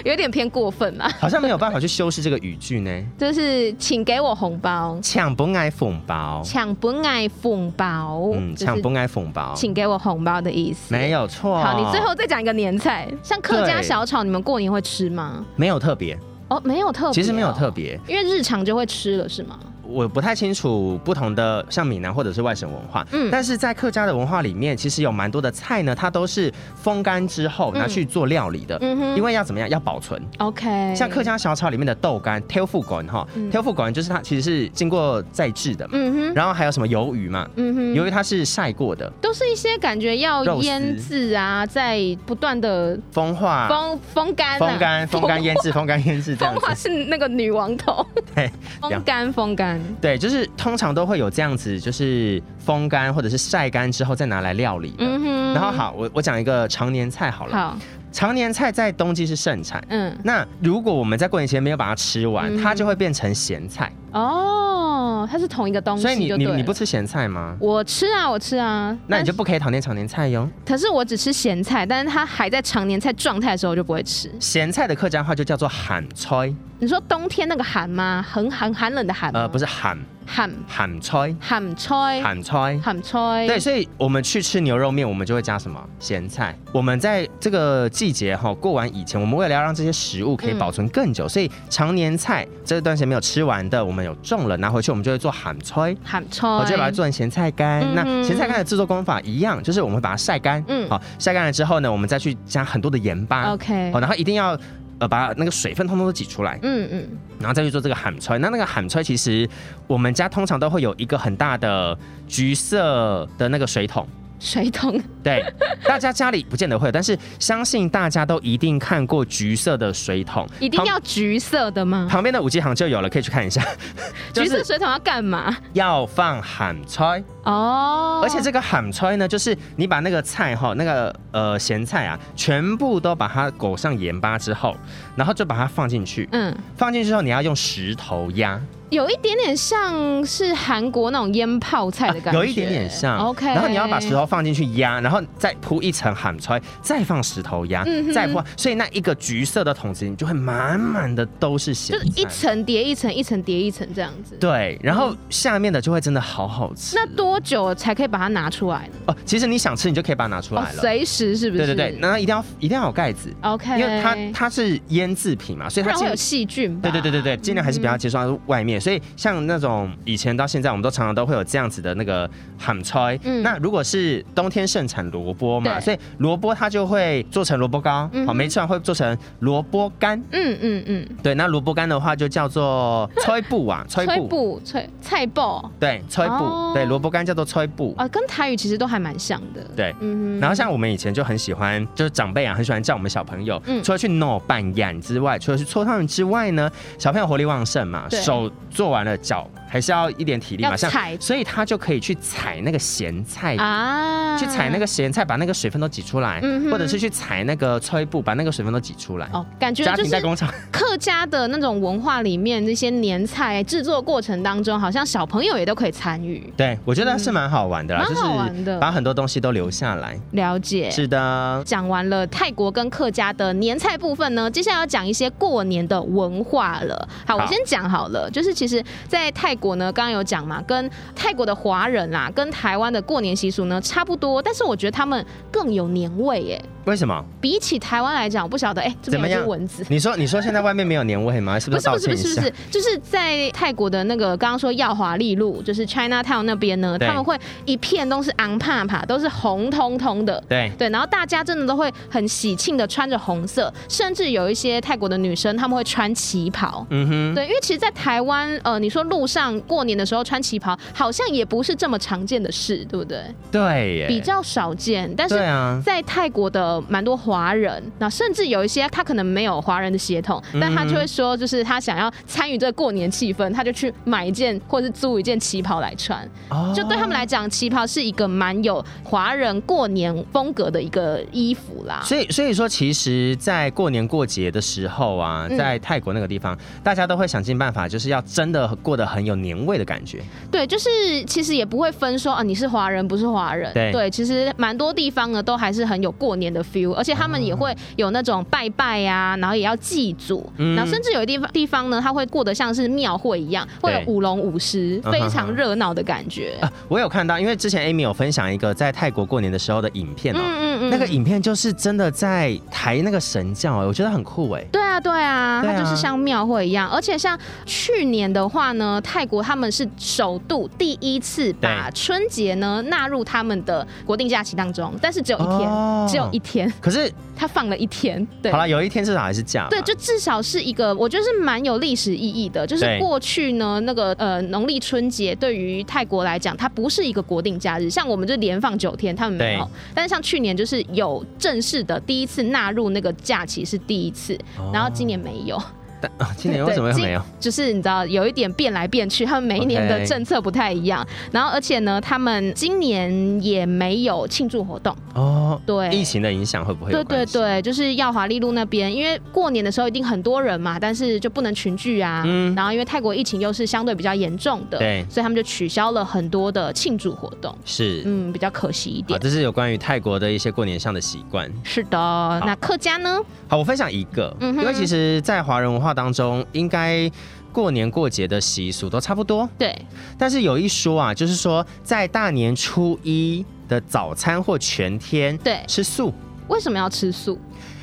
Speaker 3: 有点偏过分啦。
Speaker 4: 好像没有办法去修饰这个语句
Speaker 3: (laughs)
Speaker 4: 呢。
Speaker 3: 就是请给我红包，
Speaker 4: 抢不爱红包，
Speaker 3: 抢不爱红包，
Speaker 4: 嗯，
Speaker 3: 就是
Speaker 4: 抢不爱红包，
Speaker 3: 请给我红包的意思。
Speaker 4: 没有错。
Speaker 3: 好，你最后再讲一个年菜，像客家小炒，你们过年会吃吗？
Speaker 4: 没有特别，
Speaker 3: 哦，没有特别、
Speaker 4: 其实没有特，别。
Speaker 3: 因为日常就会吃了，是吗？
Speaker 4: 我不太清楚不同的像闽南或者是外省文化，
Speaker 3: 嗯
Speaker 4: 但是在客家的文化里面，其实有蛮多的菜呢，它都是风干之后拿去做料理的，
Speaker 3: 嗯哼
Speaker 4: 因为要怎么样要保存。
Speaker 3: ，OK，
Speaker 4: 像客，家小炒里面的豆干、挑腹管哈，挑腹管就是它其实是经过再制的嘛，
Speaker 3: 嗯哼，
Speaker 4: 然后还有什么鱿鱼嘛，
Speaker 3: 嗯哼，
Speaker 4: 鱿鱼它是晒过的，
Speaker 3: 都是一些感觉要
Speaker 4: 肉丝
Speaker 3: 腌制啊，在不断的
Speaker 4: 风化、
Speaker 3: 风风干、啊，
Speaker 4: 风干、风干腌
Speaker 3: (laughs)
Speaker 4: 制、风干腌制这样
Speaker 3: 风
Speaker 4: 子
Speaker 3: 化。是那个女王头， (laughs)
Speaker 4: 对，
Speaker 3: 风干风干，
Speaker 4: 对，就是通常都会有这样子，就是风干或者是晒干之后再拿来料理的。
Speaker 3: 嗯哼，
Speaker 4: 然后好，我我讲一个常年菜好了。
Speaker 3: 好，
Speaker 4: 常年菜在冬季是盛产。
Speaker 3: 嗯，
Speaker 4: 那如果我们在过年前没有把它吃完，
Speaker 3: 嗯
Speaker 4: 它就会变成咸菜。
Speaker 3: 哦，它是同一个东西，
Speaker 4: 所以你
Speaker 3: 就
Speaker 4: 你
Speaker 3: 对
Speaker 4: 你
Speaker 3: 了
Speaker 4: 不吃咸菜吗？
Speaker 3: 我吃啊，我吃啊，
Speaker 4: 那
Speaker 3: 但
Speaker 4: 你
Speaker 3: 是
Speaker 4: 就不可以讨厌常年菜哟。
Speaker 3: 可是我只吃咸菜，但是它还在常年菜状态的时候我就不会吃。
Speaker 4: 咸菜的客家话就叫做喊菜，
Speaker 3: 你说冬天那个寒吗？很寒寒冷的寒吗？
Speaker 4: 呃，不是喊
Speaker 3: 寒
Speaker 4: 喊菜，
Speaker 3: 寒吹
Speaker 4: 喊菜。
Speaker 3: 寒吹。
Speaker 4: 对，，所以我们去吃牛肉面，我们就会加什么咸菜。我们在这个季节哈、过完以前，我们为了要让这些食物可
Speaker 3: 嗯
Speaker 4: 以保存更久，所以常年菜这段时间没有吃完的，我们有种了拿回去，我们就会做喊菜。
Speaker 3: 寒吹。
Speaker 4: 我就会把它做成咸菜干。
Speaker 3: 哦嗯
Speaker 4: 那咸菜干的制作工法一样，就是我们会把它晒干，
Speaker 3: 嗯
Speaker 4: 好，晒干了之后呢，我们再去加很多的盐巴，
Speaker 3: OK
Speaker 4: 好，。然后一定要。呃，把那个水分通通都挤出来，
Speaker 3: 嗯嗯，
Speaker 4: 然后再去做这个喊炊。那那个喊炊，其实我们家通常都会有一个很大的橘色的那个水桶。
Speaker 3: 水桶。 (laughs)
Speaker 4: 对，大家家里不见得会有，但是相信大家都一定看过橘色的水桶，
Speaker 3: 一定要橘色的吗
Speaker 4: 旁？旁边的五级行就有了，可以去看一下。 (laughs) 就
Speaker 3: 橘色
Speaker 4: 是
Speaker 3: 水桶要干嘛？
Speaker 4: 要放喊炊。
Speaker 3: 哦，
Speaker 4: 而且这个喊炊呢，就是你把那个菜哈，那个呃咸菜啊，全部都把它裹上盐巴之后，然后就把它放进去。
Speaker 3: 嗯，
Speaker 4: 放进去之后，你要用石头压，
Speaker 3: 有一点点像是韩国那种腌泡菜的感觉，
Speaker 4: 有一点点像。
Speaker 3: OK，
Speaker 4: 然后你要把石头放进去压，然后再铺一层喊炊，再放石头压，
Speaker 3: 嗯哼
Speaker 4: 再铺。所以那一个橘色的桶子，你就会满满的都是咸
Speaker 3: 就是
Speaker 4: 菜。
Speaker 3: 一层叠一层，一层叠一层这样子。
Speaker 4: 对，然后下面的就会真的好好吃。
Speaker 3: 那多久才可以把它拿出来呢？
Speaker 4: 哦，其实你想吃，你就可以把它拿出
Speaker 3: 哦
Speaker 4: 来，了。
Speaker 3: 随时是不哎
Speaker 4: 对
Speaker 3: 是？
Speaker 4: 对对，那一定要一定要有盖子。
Speaker 3: OK，
Speaker 4: 因为它它是腌制品嘛，所以
Speaker 3: 不
Speaker 4: 它
Speaker 3: 然
Speaker 4: 尽
Speaker 3: 会有细菌吧？
Speaker 4: 对对对对对，尽量还是不要接触到外面。所以像那种以前到现在，我们都常常都会有这样子的那个喊菜。
Speaker 3: 嗯
Speaker 4: 那如果是冬天盛产萝卜嘛，
Speaker 3: 对
Speaker 4: 所以萝卜它就会做成萝卜糕，
Speaker 3: 嗯
Speaker 4: 好，
Speaker 3: 哼
Speaker 4: 没吃完会做成萝卜干。
Speaker 3: 嗯嗯嗯，
Speaker 4: 对，那萝卜干的话就叫做 (laughs) 炊布啊，炊
Speaker 3: 吹
Speaker 4: 布。
Speaker 3: 布吹菜爆
Speaker 4: 对，炊布，
Speaker 3: 哦
Speaker 4: 对，萝卜干叫做炊布。
Speaker 3: 啊，跟台语其实都还蛮像的。
Speaker 4: 对
Speaker 3: 嗯哼
Speaker 4: 然后像我们以前就很喜欢，就是长辈啊，很喜欢叫我们小朋友，
Speaker 3: 嗯
Speaker 4: 除了去弄扮演之外，除了去搓他们之外呢，小朋友活力旺盛嘛，
Speaker 3: 对
Speaker 4: 手做完了，脚还是要一点体力嘛，
Speaker 3: 要
Speaker 4: 像
Speaker 3: 踩
Speaker 4: 所以他就可以去踩那个咸菜。
Speaker 3: 啊，
Speaker 4: 去踩那个咸菜，把那个水分都挤出来，
Speaker 3: 嗯哼
Speaker 4: 或者是去踩那个炊布，把那个水分都挤出来。
Speaker 3: 哦，感觉
Speaker 4: 家
Speaker 3: 就
Speaker 4: 庭代
Speaker 3: 是
Speaker 4: 工厂， (laughs)
Speaker 3: 客家的那种文化里面，那些年菜制作过程当中，好像小朋友也都可以参与。
Speaker 4: 对我觉得是蛮好玩的啦，
Speaker 3: 嗯蛮好玩
Speaker 4: 就
Speaker 3: 的
Speaker 4: 是把很多东西都留下来。
Speaker 3: 了解。
Speaker 4: 是的，
Speaker 3: 讲完了泰国跟客家的年菜部分呢，接下来要讲一些过年的文化了。好，
Speaker 4: 好
Speaker 3: 我先讲好了，就是其实，在泰国呢，刚刚有讲嘛，跟泰国的华人啦、跟台湾的过年习俗呢差不多，但是我觉得他们更有年味耶。
Speaker 4: 为什么？
Speaker 3: 比起台湾来讲，我不晓得哎、这
Speaker 4: 怎么
Speaker 3: 边有
Speaker 4: 样
Speaker 3: 只蚊子。
Speaker 4: 你说你说现在外面没有年味吗？是不
Speaker 3: 不
Speaker 4: 是
Speaker 3: 是
Speaker 4: 道
Speaker 3: 不是
Speaker 4: 歉
Speaker 3: 不
Speaker 4: 一
Speaker 3: 是
Speaker 4: 下
Speaker 3: 不？是，就是在泰国的那个刚刚说耀华利路，就是 China Town 那边呢，
Speaker 4: 对
Speaker 3: 他们会一片都是昂帕帕，都是红彤彤的。
Speaker 4: 对，
Speaker 3: 对，然后大家真的都会很喜庆的穿着红色，甚至有一些泰国的女生她们会穿旗袍。
Speaker 4: 嗯哼，
Speaker 3: 对，因为其实，在台湾，呃，你说路上过年的时候穿旗袍，好像也不是这么常见的事，对不对？
Speaker 4: 对耶，
Speaker 3: 比较少见，但
Speaker 4: 对
Speaker 3: 是。
Speaker 4: 啊，
Speaker 3: 在泰国的蛮多华人，那甚至有一些他可能没有华人的血统，但他就会说，就是他想要参与这个过年气氛，他就去买一件或是租一件旗袍来穿。
Speaker 4: 哦
Speaker 3: 就对他们来讲，旗袍是一个蛮有华人过年风格的一个衣服啦。
Speaker 4: 所以，所以说，其实，在过年过节的时候啊，
Speaker 3: 嗯
Speaker 4: 在泰国那个地方，大家都会想尽办法，就是要真的过得很有年味的感觉。
Speaker 3: 对，就是其实也不会分说啊，你是华人不是华人。
Speaker 4: 对
Speaker 3: 其实蛮多地方呢都还是很有过年的 feel，而且他
Speaker 4: 啊
Speaker 3: 们也会有那种拜拜呀、然后也要祭祖，
Speaker 4: 嗯
Speaker 3: 然后甚至有一地方地方呢，它会过得像是庙会一样，会有
Speaker 4: 对
Speaker 3: 舞龙舞狮，
Speaker 4: 嗯
Speaker 3: 非
Speaker 4: 哼
Speaker 3: 常
Speaker 4: 哼
Speaker 3: 热闹的感觉。
Speaker 4: 啊，我有看到，因为之前 Amy 有分享一个在泰国过年的时候的影片哦、
Speaker 3: 嗯嗯
Speaker 4: 那个影片就是真的在抬那个神教、哎，我觉得很酷哎、
Speaker 3: 对啊，对啊，
Speaker 4: 对
Speaker 3: 它
Speaker 4: 啊
Speaker 3: 就是像庙会一样，而且像去年的话呢，泰国他们是首度第一次把春节呢纳入他们的国定假期当中，但是只有一天，
Speaker 4: 哦
Speaker 3: 只有一天，
Speaker 4: 可是
Speaker 3: 他放了一天，对
Speaker 4: 好。了，有一天至少还是假吧。
Speaker 3: 对，就至少是一个，我觉得是蛮有历史意义的。就是
Speaker 4: 对
Speaker 3: 过去呢，那个呃农历春节对于泰国来讲，它不是一个国定假日，像我们就连放九天，他们没有
Speaker 4: 对。
Speaker 3: 但是像去年就是有正式的第一次纳入那个假期是第一次，
Speaker 4: 哦
Speaker 3: 然后今年没有。 (laughs)
Speaker 4: 但啊今年为什么又
Speaker 3: 对
Speaker 4: 没有？
Speaker 3: 就是你知道有一点变来变去，他们每一年的
Speaker 4: OK
Speaker 3: 政策不太一样。然后而且呢，他们今年也没有庆祝活动，
Speaker 4: 哦，
Speaker 3: 对。
Speaker 4: 疫情的影响会不会有
Speaker 3: 对对
Speaker 4: 关系？
Speaker 3: 对，就是耀华利路那边，因为过年的时候一定很多人嘛，但是就不能群聚啊。
Speaker 4: 嗯
Speaker 3: 然后因为泰国疫情又是相对比较严重的，
Speaker 4: 对
Speaker 3: 所以他们就取消了很多的庆祝活动，
Speaker 4: 是。
Speaker 3: 嗯，比较可惜一
Speaker 4: 好，
Speaker 3: 点。
Speaker 4: 这是有关于泰国的一些过年上的习惯。
Speaker 3: 是的，那客家呢？
Speaker 4: 好，我分享一个，
Speaker 3: 嗯哼
Speaker 4: 因为其实，在华人文化当中，应该过年过节的习俗都差不多，
Speaker 3: 对，
Speaker 4: 但是有一说啊，就是说在大年初一的早餐或全天，
Speaker 3: 对
Speaker 4: 吃素，
Speaker 3: 为什么要吃素？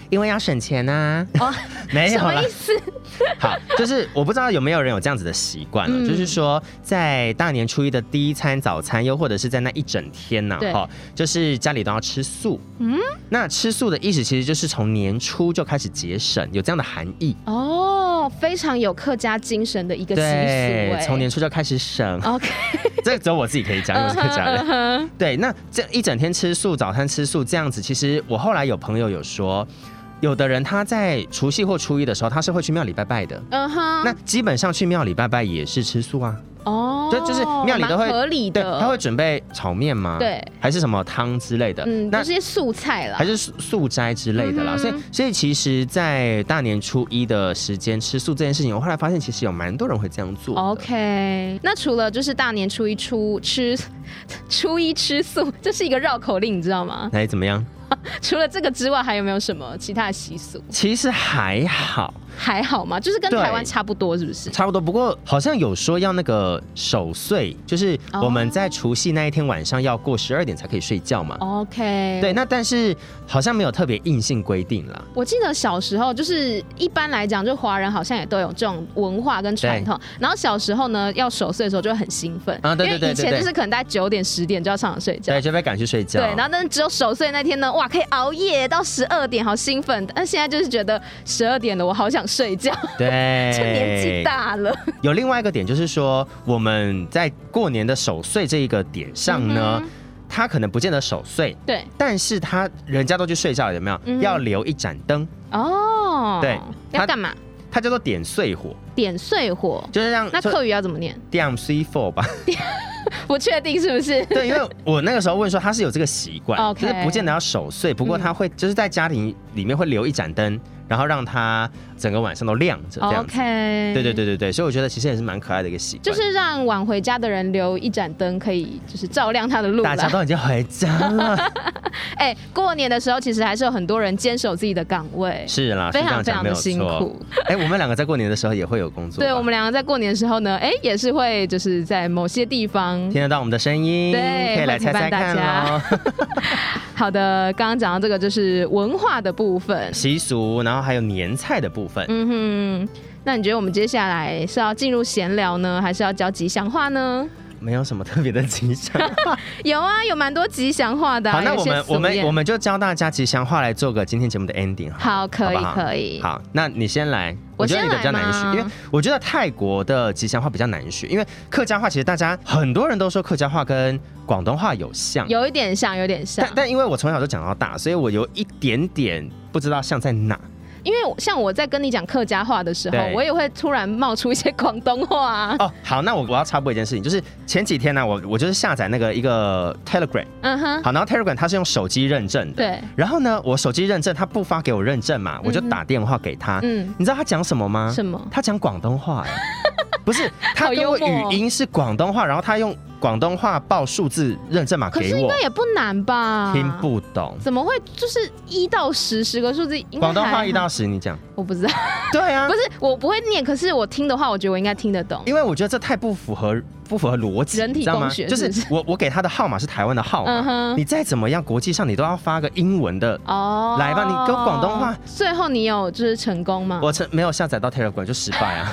Speaker 3: 因
Speaker 4: 因为要省钱呐、
Speaker 3: 哦，
Speaker 4: (laughs) 没
Speaker 3: 什
Speaker 4: 有
Speaker 3: 么
Speaker 4: 啦
Speaker 3: 意，思？
Speaker 4: 好，就是我不知道有没有人有这样子的习惯了，
Speaker 3: 嗯
Speaker 4: 就是说在大年初一的第一餐早餐，又或者是在那一整天呐、
Speaker 3: 对
Speaker 4: 哈，就是家里都要吃素。嗯，那吃素的意思其实就是从年初就开始节省，有这样的含义。
Speaker 3: 哦，非常有客家精神的一个习俗、
Speaker 4: 对
Speaker 3: 哎，
Speaker 4: 从年初就开始省，
Speaker 3: OK，
Speaker 4: (laughs)
Speaker 3: 嗯
Speaker 4: 这只有我自己可以讲，因为我是客家人。对，那这一整天吃素，早餐吃素这样子，其实我后来有朋友有说，有的人他在除夕或初一的时候，他是会去庙里拜拜的。
Speaker 3: 嗯哼，
Speaker 4: 那基本上去庙里拜拜也是吃素啊，
Speaker 3: 哦，
Speaker 4: 就就是庙里都会
Speaker 3: 蛮合理
Speaker 4: 对，
Speaker 3: 的，
Speaker 4: 他会准备炒面吗？
Speaker 3: 对，
Speaker 4: 还是什么汤之类的？
Speaker 3: 嗯，
Speaker 4: 那
Speaker 3: 都是些素菜啦
Speaker 4: 还，是素素斋之类的啦。
Speaker 3: 嗯哼
Speaker 4: 所以，所以其实，在大年初一的时间吃素这件事情，我后来发现其实有蛮多人会这样做的。
Speaker 3: 哦 OK，那除了就是大年初一初吃， (laughs) 初一吃素，这是一个绕口令，你知道吗？
Speaker 4: 来怎么样？
Speaker 3: 除了这个之外，还有没有什么其他的习俗？
Speaker 4: 其实还好，
Speaker 3: 还好吗？就是跟
Speaker 4: 对
Speaker 3: 台湾差不多，是不是？
Speaker 4: 差不多。不过好像有说要那个守岁，就是我们在除夕那一天晚上要过十二点才可以睡觉
Speaker 3: 哦
Speaker 4: 嘛。
Speaker 3: OK，
Speaker 4: 对，，那但是好像没有特别硬性规定啦。
Speaker 3: 我记得小时候就是一般来讲，就华人好像也都有这种文化跟传统。然后小时候呢，要守岁的时候就会很兴奋
Speaker 4: 啊对对
Speaker 3: 因为
Speaker 4: 对
Speaker 3: 以
Speaker 4: 对
Speaker 3: 前
Speaker 4: 对
Speaker 3: 就是可能大概九点十点就要上床睡觉。
Speaker 4: 对，就被赶去睡觉。
Speaker 3: 对，然后但是只有守岁那天呢，哇，可以熬夜到十二点，好兴奋。但现在就是觉得十二点了，我好想睡觉，(laughs)
Speaker 4: 对，
Speaker 3: 就年纪大了。
Speaker 4: 有另外一个点就是说，我们在过年的守岁这一个点上
Speaker 3: 嗯
Speaker 4: 呢，他可能不见得守岁，
Speaker 3: 对，
Speaker 4: 但是他人家都去睡觉了，有没有？
Speaker 3: 嗯哼
Speaker 4: 要留一盏灯，
Speaker 3: 哦，
Speaker 4: 对
Speaker 3: 要
Speaker 4: 他
Speaker 3: 干嘛？
Speaker 4: 它叫做点岁火，
Speaker 3: 点岁火。
Speaker 4: 就是让
Speaker 3: 那
Speaker 4: 就
Speaker 3: 客语要怎么念？
Speaker 4: 点岁火吧。
Speaker 3: 不确定是不是？
Speaker 4: (laughs) 对，因为我那个时候问说他是有这个习惯
Speaker 3: OK 嗯
Speaker 4: 就是不见得要守岁，不过他会、就是在家庭里面会留一盏灯，然后让它整个晚上都亮着这样子。
Speaker 3: OK，
Speaker 4: 对对。对对对，所以我觉得其实也是蛮可爱的一个习惯。
Speaker 3: 就是让晚回家的人留一盏灯，可以就是照亮他的路啦。 (laughs)
Speaker 4: 大家都已经回家了，
Speaker 3: 哎、过年的时候其实还是有很多人坚守自己的岗位，
Speaker 4: 是啦，是
Speaker 3: 非
Speaker 4: 这样
Speaker 3: 常非
Speaker 4: 讲
Speaker 3: 常
Speaker 4: 没
Speaker 3: 的
Speaker 4: 有
Speaker 3: 辛
Speaker 4: 错。
Speaker 3: 苦。
Speaker 4: 哎、我们两个在过年的时候也会有工作吧，
Speaker 3: 对我们两个在过年的时候呢，哎、也是会就是在某些地方
Speaker 4: 听得到我们的声音，
Speaker 3: 对
Speaker 4: 可以来
Speaker 3: 会陪
Speaker 4: 猜
Speaker 3: 伴
Speaker 4: 猜
Speaker 3: 大
Speaker 4: 看哦喽。
Speaker 3: 好的，刚刚讲到这个就是文化的部分。
Speaker 4: (laughs) 习俗，然后还有年菜的部分。
Speaker 3: 嗯哼，那你觉得我们接下来是要进入闲聊呢，还是要教吉祥话呢？
Speaker 4: 没有什么特别的吉
Speaker 3: (laughs)
Speaker 4: 祥。
Speaker 3: 有啊，有蛮多吉祥话的啊、
Speaker 4: 好，那
Speaker 3: 有
Speaker 4: 我
Speaker 3: 些
Speaker 4: 们我
Speaker 3: 俗
Speaker 4: 们
Speaker 3: 谚
Speaker 4: 我们就教大家吉祥话来做个今天节目的 ending 好了。
Speaker 3: 好，可以
Speaker 4: 好不好
Speaker 3: 可以。
Speaker 4: 好，那你先来。
Speaker 3: 我
Speaker 4: 觉得
Speaker 3: 先
Speaker 4: 你的比较
Speaker 3: 来
Speaker 4: 难
Speaker 3: 吗
Speaker 4: 学，因为我觉得泰国的吉祥话比较难学，因为客家话其实大家很多人都说客家话跟广东话有像，
Speaker 3: 有一点像，有点像
Speaker 4: 但，但因为我从小就讲到大，所以我有一点点不知道像在哪。
Speaker 3: 因为像我在跟你讲客家话的时候，
Speaker 4: 对
Speaker 3: 我也会突然冒出一些广东话
Speaker 4: (laughs)
Speaker 3: 啊。
Speaker 4: 哦，好，那我我要插播一件事情，就是前几天呢、我我就是下载那个一个 Telegram，
Speaker 3: 嗯哼，
Speaker 4: 好，然后 Telegram 它是用手机认证的，
Speaker 3: 对，
Speaker 4: 然后呢，我手机认证它不发给我认证嘛，我就打电话给他，
Speaker 3: 嗯，
Speaker 4: 你知道他讲什么吗？
Speaker 3: 什么？
Speaker 4: 他讲广
Speaker 3: (laughs)
Speaker 4: 东话、哎，不是，他
Speaker 3: 好
Speaker 4: 跟
Speaker 3: 幽
Speaker 4: 我
Speaker 3: 默哦
Speaker 4: 语音是广东话，然后他用广东话报数字认证码
Speaker 3: 哦可
Speaker 4: 给
Speaker 3: 是应
Speaker 4: 我
Speaker 3: 该，啊也不难吧？
Speaker 4: 听不懂。
Speaker 3: 怎么会就是一到十十个数字？应该
Speaker 4: 广东
Speaker 3: 还
Speaker 4: 话
Speaker 3: 好
Speaker 4: 一到十，你讲
Speaker 3: 我不知道， (laughs)
Speaker 4: 对啊
Speaker 3: 不，是我不会念，可是我听的话，我觉得我应该听得懂。
Speaker 4: 因为我觉得这太不符合不符合逻辑，
Speaker 3: 人体
Speaker 4: 你知道吗？
Speaker 3: 工学
Speaker 4: 就是
Speaker 3: 不
Speaker 4: 是我我给他的号码是台湾的号
Speaker 3: 嗯
Speaker 4: 码，
Speaker 3: 哼
Speaker 4: 你再怎么样国际上你都要发个英文的。
Speaker 3: 哦
Speaker 4: 来吧你跟广东话。
Speaker 3: 最后你有就是成功吗？
Speaker 4: 我成没有下载到 Telegram 就失败
Speaker 3: (laughs)
Speaker 4: 啊，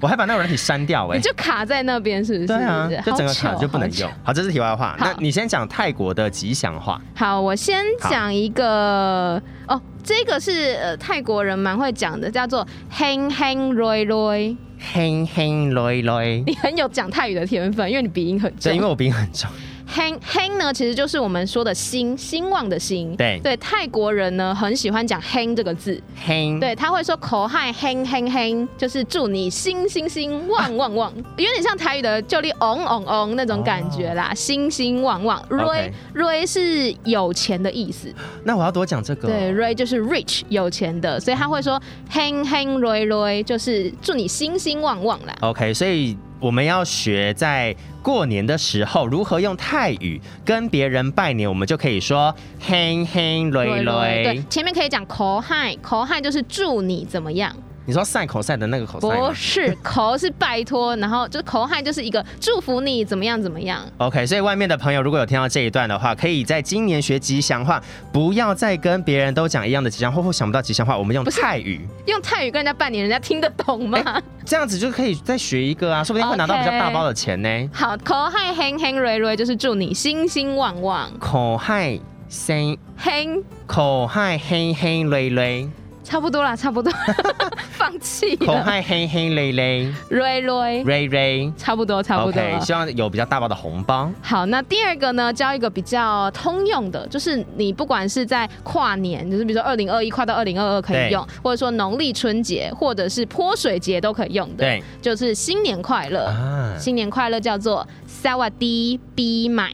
Speaker 4: 我还把那个软体删掉哎、
Speaker 3: 你就卡在那边是不是？
Speaker 4: 对啊
Speaker 3: 是不，是
Speaker 4: 就整个卡就不能。
Speaker 3: 好糗
Speaker 4: 用。好，这是题外话。
Speaker 3: 好
Speaker 4: 那你先讲泰国的吉祥话，
Speaker 3: 好糗好，我先讲一个哦，这个是呃泰国人蛮会讲的，叫做 “hang hang roi roi”。
Speaker 4: 嘿嘿来来。
Speaker 3: 你很有讲泰语的天分，因为你鼻音很重。
Speaker 4: 对，因为我鼻音很重。
Speaker 3: hang hang 呢，其实就是我们说的兴兴旺的兴。
Speaker 4: 对
Speaker 3: 对，泰国人呢很喜欢讲 hang 这个字，
Speaker 4: 嘿，
Speaker 3: 对他会说口嗨 hang hang hang，就是祝你兴兴兴旺旺
Speaker 4: (laughs)
Speaker 3: 旺，有点像台语的就力嗡嗡嗡哦那种感觉啦，兴兴旺旺。瑞
Speaker 4: 哦 OK
Speaker 3: 瑞是有钱的意思，
Speaker 4: 那我要多讲这个。
Speaker 3: 对，瑞就是 rich 有钱的，所以他会说 hang hang 瑞瑞，就是祝你兴兴旺旺啦。
Speaker 4: OK，所以我们要学在过年的时候如何用泰语跟别人拜年，我们就可以说嘿嘿来
Speaker 3: 对
Speaker 4: 来。，
Speaker 3: 前面可以讲口嗨，口嗨就是祝你怎么样。
Speaker 4: 你说赛口赛的那个口
Speaker 3: 不
Speaker 4: 赛吗
Speaker 3: 是口是拜托，然后就口嗨就是一个祝福你怎么样怎么样。
Speaker 4: OK，所以外面的朋友如果有听到这一段的话，可以在今年学吉祥话，不要再跟别人都讲一样的吉祥话，或想不到吉祥话，我们用
Speaker 3: 不是
Speaker 4: 泰语，
Speaker 3: 用泰语跟人家拜年，人家听得懂吗？
Speaker 4: 这样子就可以再学一个啊，说不定会拿到比较大包的钱呢。
Speaker 3: 好，口嗨 hang hang 瑞瑞就是祝你兴兴旺旺
Speaker 4: 口嗨声，
Speaker 3: ，hang
Speaker 4: 口嗨嘿嘿累累，
Speaker 3: 差不多啦，差不多， (laughs) 放弃
Speaker 4: 口
Speaker 3: 了，
Speaker 4: 嗨嘿嘿累累，
Speaker 3: 瑞瑞
Speaker 4: 瑞瑞。
Speaker 3: 差不多，差不多
Speaker 4: OK，
Speaker 3: 了。
Speaker 4: 希望有比较大包的红包。
Speaker 3: 好，那第二个呢，教一个比较通用的，就是你不管是在跨年，就是比如说二零二一跨到二零二二可以
Speaker 4: 对
Speaker 3: 用，或者说农历春节，或者是泼水节都可以用的，
Speaker 4: 对
Speaker 3: 就是新年快乐。
Speaker 4: 啊，
Speaker 3: 新年快乐叫做萨瓦迪比买，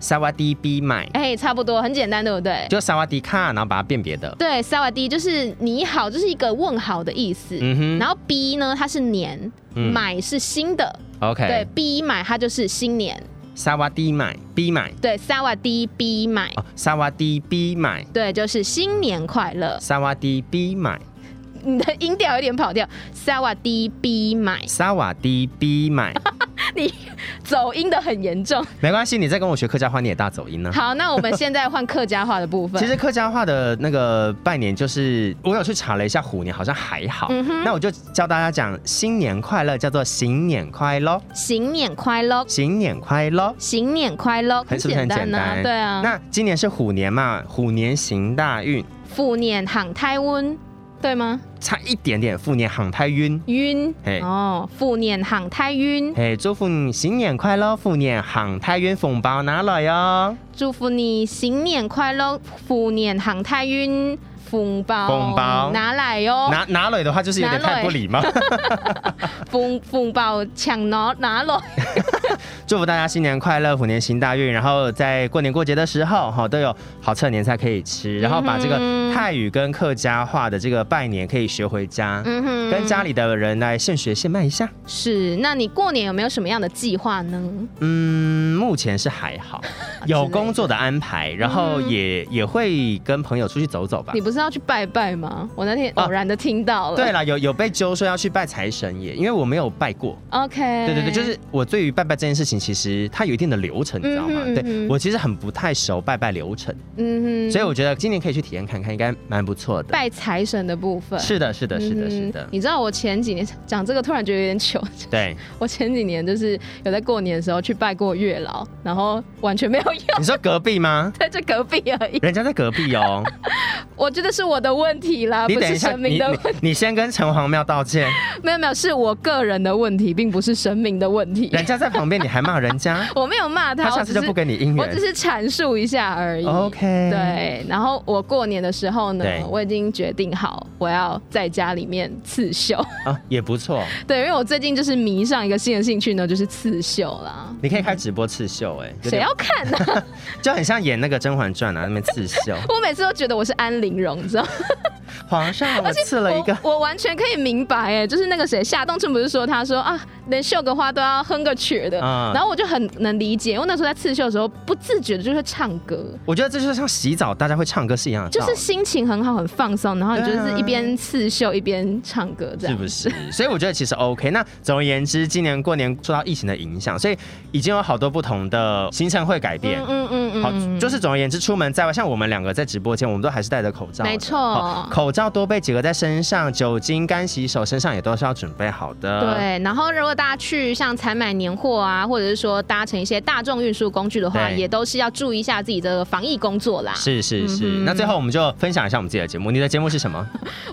Speaker 4: 萨瓦迪比买，
Speaker 3: 哎、差不多，很简单，对不对？
Speaker 4: 就萨瓦迪卡，然后把它辨别的。
Speaker 3: 对，萨瓦迪就是你好，就是一个问好的意思。
Speaker 4: 嗯
Speaker 3: 然后 B 呢，它是年，
Speaker 4: 嗯
Speaker 3: 买是新的，
Speaker 4: 哼
Speaker 3: 对
Speaker 4: ，OK，
Speaker 3: ，B 买它就是新年，
Speaker 4: 萨瓦迪买，比买，
Speaker 3: 对，萨瓦迪 B 买，
Speaker 4: 哦，萨瓦迪比买，
Speaker 3: 对，就是新年快乐。
Speaker 4: 萨瓦迪比买，
Speaker 3: 你的音调有点跑调，萨瓦迪 B 买，
Speaker 4: 萨瓦迪
Speaker 3: (laughs)
Speaker 4: 比买，
Speaker 3: 走音的很严重。
Speaker 4: 没关系，你再跟我学客家话，你也大走音呢、啊
Speaker 3: 好，那我们现在换客家话的部分。
Speaker 4: 其实客家话的那个拜年，就是我有去查了一下，虎年好像还好。
Speaker 3: 嗯哼
Speaker 4: 那我就教大家讲新年快乐，叫做新年快乐，
Speaker 3: 新年快乐，
Speaker 4: 新年快乐。
Speaker 3: 新年快乐，很
Speaker 4: 是不是
Speaker 3: 简
Speaker 4: 很
Speaker 3: 单
Speaker 4: 简
Speaker 3: 呢、
Speaker 4: 单？
Speaker 3: 对啊。
Speaker 4: 那今年是虎年嘛，虎年行大运，
Speaker 3: 富年航太温，对吗？
Speaker 4: 差一点点，虎年行太运。
Speaker 3: 晕
Speaker 4: 嘿
Speaker 3: 哦，富年航太晕，
Speaker 4: 哎，祝福你新年快乐，虎年行太运，红包拿来啊哟，
Speaker 3: 祝福你新年快乐，富年航太晕，红包
Speaker 4: 红包
Speaker 3: 拿来哦哟、
Speaker 4: 拿拿来的话就是有点
Speaker 3: 拿来
Speaker 4: 太不礼貌。
Speaker 3: 红红包抢拿拿来，
Speaker 4: (laughs)
Speaker 3: (laughs)
Speaker 4: 祝福大家新年快乐，虎年行大运，然后在过年过节的时候哈都有好吃的年菜
Speaker 3: 嗯
Speaker 4: 可以吃，然后把这个泰语跟客家话的这个拜年可以学回家。
Speaker 3: 嗯哼，嗯
Speaker 4: 跟家里的人来现学现卖一下。
Speaker 3: 是，那你过年有没有什么样的计划呢？
Speaker 4: 嗯，目前是还
Speaker 3: (laughs)
Speaker 4: 好，有工作的安排，然后
Speaker 3: 嗯
Speaker 4: 也、也会跟朋友出去走走吧
Speaker 3: 你。不是要去拜拜吗？我那天
Speaker 4: 啊
Speaker 3: 偶然的听到了。
Speaker 4: 对啦，有有被揪说要去拜财神爷，因为我没有拜过。
Speaker 3: ，OK。
Speaker 4: 对对对，就是我对于拜拜这件事情，其实它有一定的流程，你知道吗？
Speaker 3: 嗯哼嗯哼
Speaker 4: 对我其实很不太熟拜拜流程，
Speaker 3: 嗯哼，
Speaker 4: 所以我觉得今年可以去体验看看，应该蛮不错的。
Speaker 3: 拜财神的部分。
Speaker 4: 是的，是的，是的，
Speaker 3: 嗯
Speaker 4: 是的，
Speaker 3: 你知道我前几年讲这个，突然觉得有点糗。 (laughs)
Speaker 4: 对。
Speaker 3: 我前几年就是有在过年的时候去拜过月老，然后完全没有用，
Speaker 4: 你说隔壁
Speaker 3: (laughs)
Speaker 4: 吗？
Speaker 3: 在这隔壁而已。
Speaker 4: 人家在隔
Speaker 3: (laughs)
Speaker 4: 壁哦。
Speaker 3: 我觉得是我的问题啦，啊
Speaker 4: 你
Speaker 3: 不
Speaker 4: 等一
Speaker 3: 是
Speaker 4: 下，
Speaker 3: 神明
Speaker 4: 你
Speaker 3: 的问
Speaker 4: 你你先跟城隍庙道歉，
Speaker 3: 没有没有，是我个人的问题，并不是神明的问题。，
Speaker 4: 人家在旁边你还骂人家
Speaker 3: 我没有骂 (laughs) 他，
Speaker 4: 他下
Speaker 3: 我
Speaker 4: 次
Speaker 3: 只
Speaker 4: 就是不跟你姻
Speaker 3: 我只
Speaker 4: 缘。
Speaker 3: 是阐述一下而已。
Speaker 4: OK。
Speaker 3: 对，然后我过年的时候呢
Speaker 4: 对，
Speaker 3: 我已经决定好我要在家里面刺绣。 (laughs)
Speaker 4: 啊，也不错，
Speaker 3: 对，因为我最近就是迷上一个新的兴趣呢，就是刺绣啦。
Speaker 4: 你可以开直播刺绣，哎，有
Speaker 3: 谁啊
Speaker 4: 点
Speaker 3: 要看呢、
Speaker 4: 就很像演那个《甄嬛传》啊，那边刺
Speaker 3: (laughs)
Speaker 4: 绣。
Speaker 3: 我每次都觉得我是安陵容，你知道吗？
Speaker 4: 皇上， (laughs) 我刺了一个，
Speaker 3: (laughs) 我，我完全可以明白，哎，就是那个谁夏冬春不是说他说啊，连绣个花都要哼个曲儿的，
Speaker 4: 嗯
Speaker 3: 然后我就很能理解，因为那时候在刺绣的时候，不自觉的就会唱歌。
Speaker 4: 我觉得这就像洗澡，大家会唱歌是一样的
Speaker 3: 就
Speaker 4: 道理，
Speaker 3: 是心情很好，很放松，然后你就是
Speaker 4: 啊
Speaker 3: 一边刺绣一边唱歌，这
Speaker 4: 是
Speaker 3: 样
Speaker 4: 不是？所以我觉得其实 OK。那总而言之，今年过年受到疫情的影响，所以已经有好多不同的行程会改变。
Speaker 3: 嗯嗯嗯
Speaker 4: 好，就是总而言之，出门在外，像我们两个在直播间，我们都还是戴着口罩的，
Speaker 3: 没错
Speaker 4: 好口罩多备几个在身上，酒精、干洗手，身上也都是要准备好的。，
Speaker 3: 对，然后如果大家去像采买年货啊，或者是说搭乘一些大众运输工具的话，
Speaker 4: 对
Speaker 3: 也都是要注意一下自己的防疫工作啦。
Speaker 4: 是是是。
Speaker 3: 嗯
Speaker 4: 那最后我们就分享一下我们自己的节目，你的节目是什么？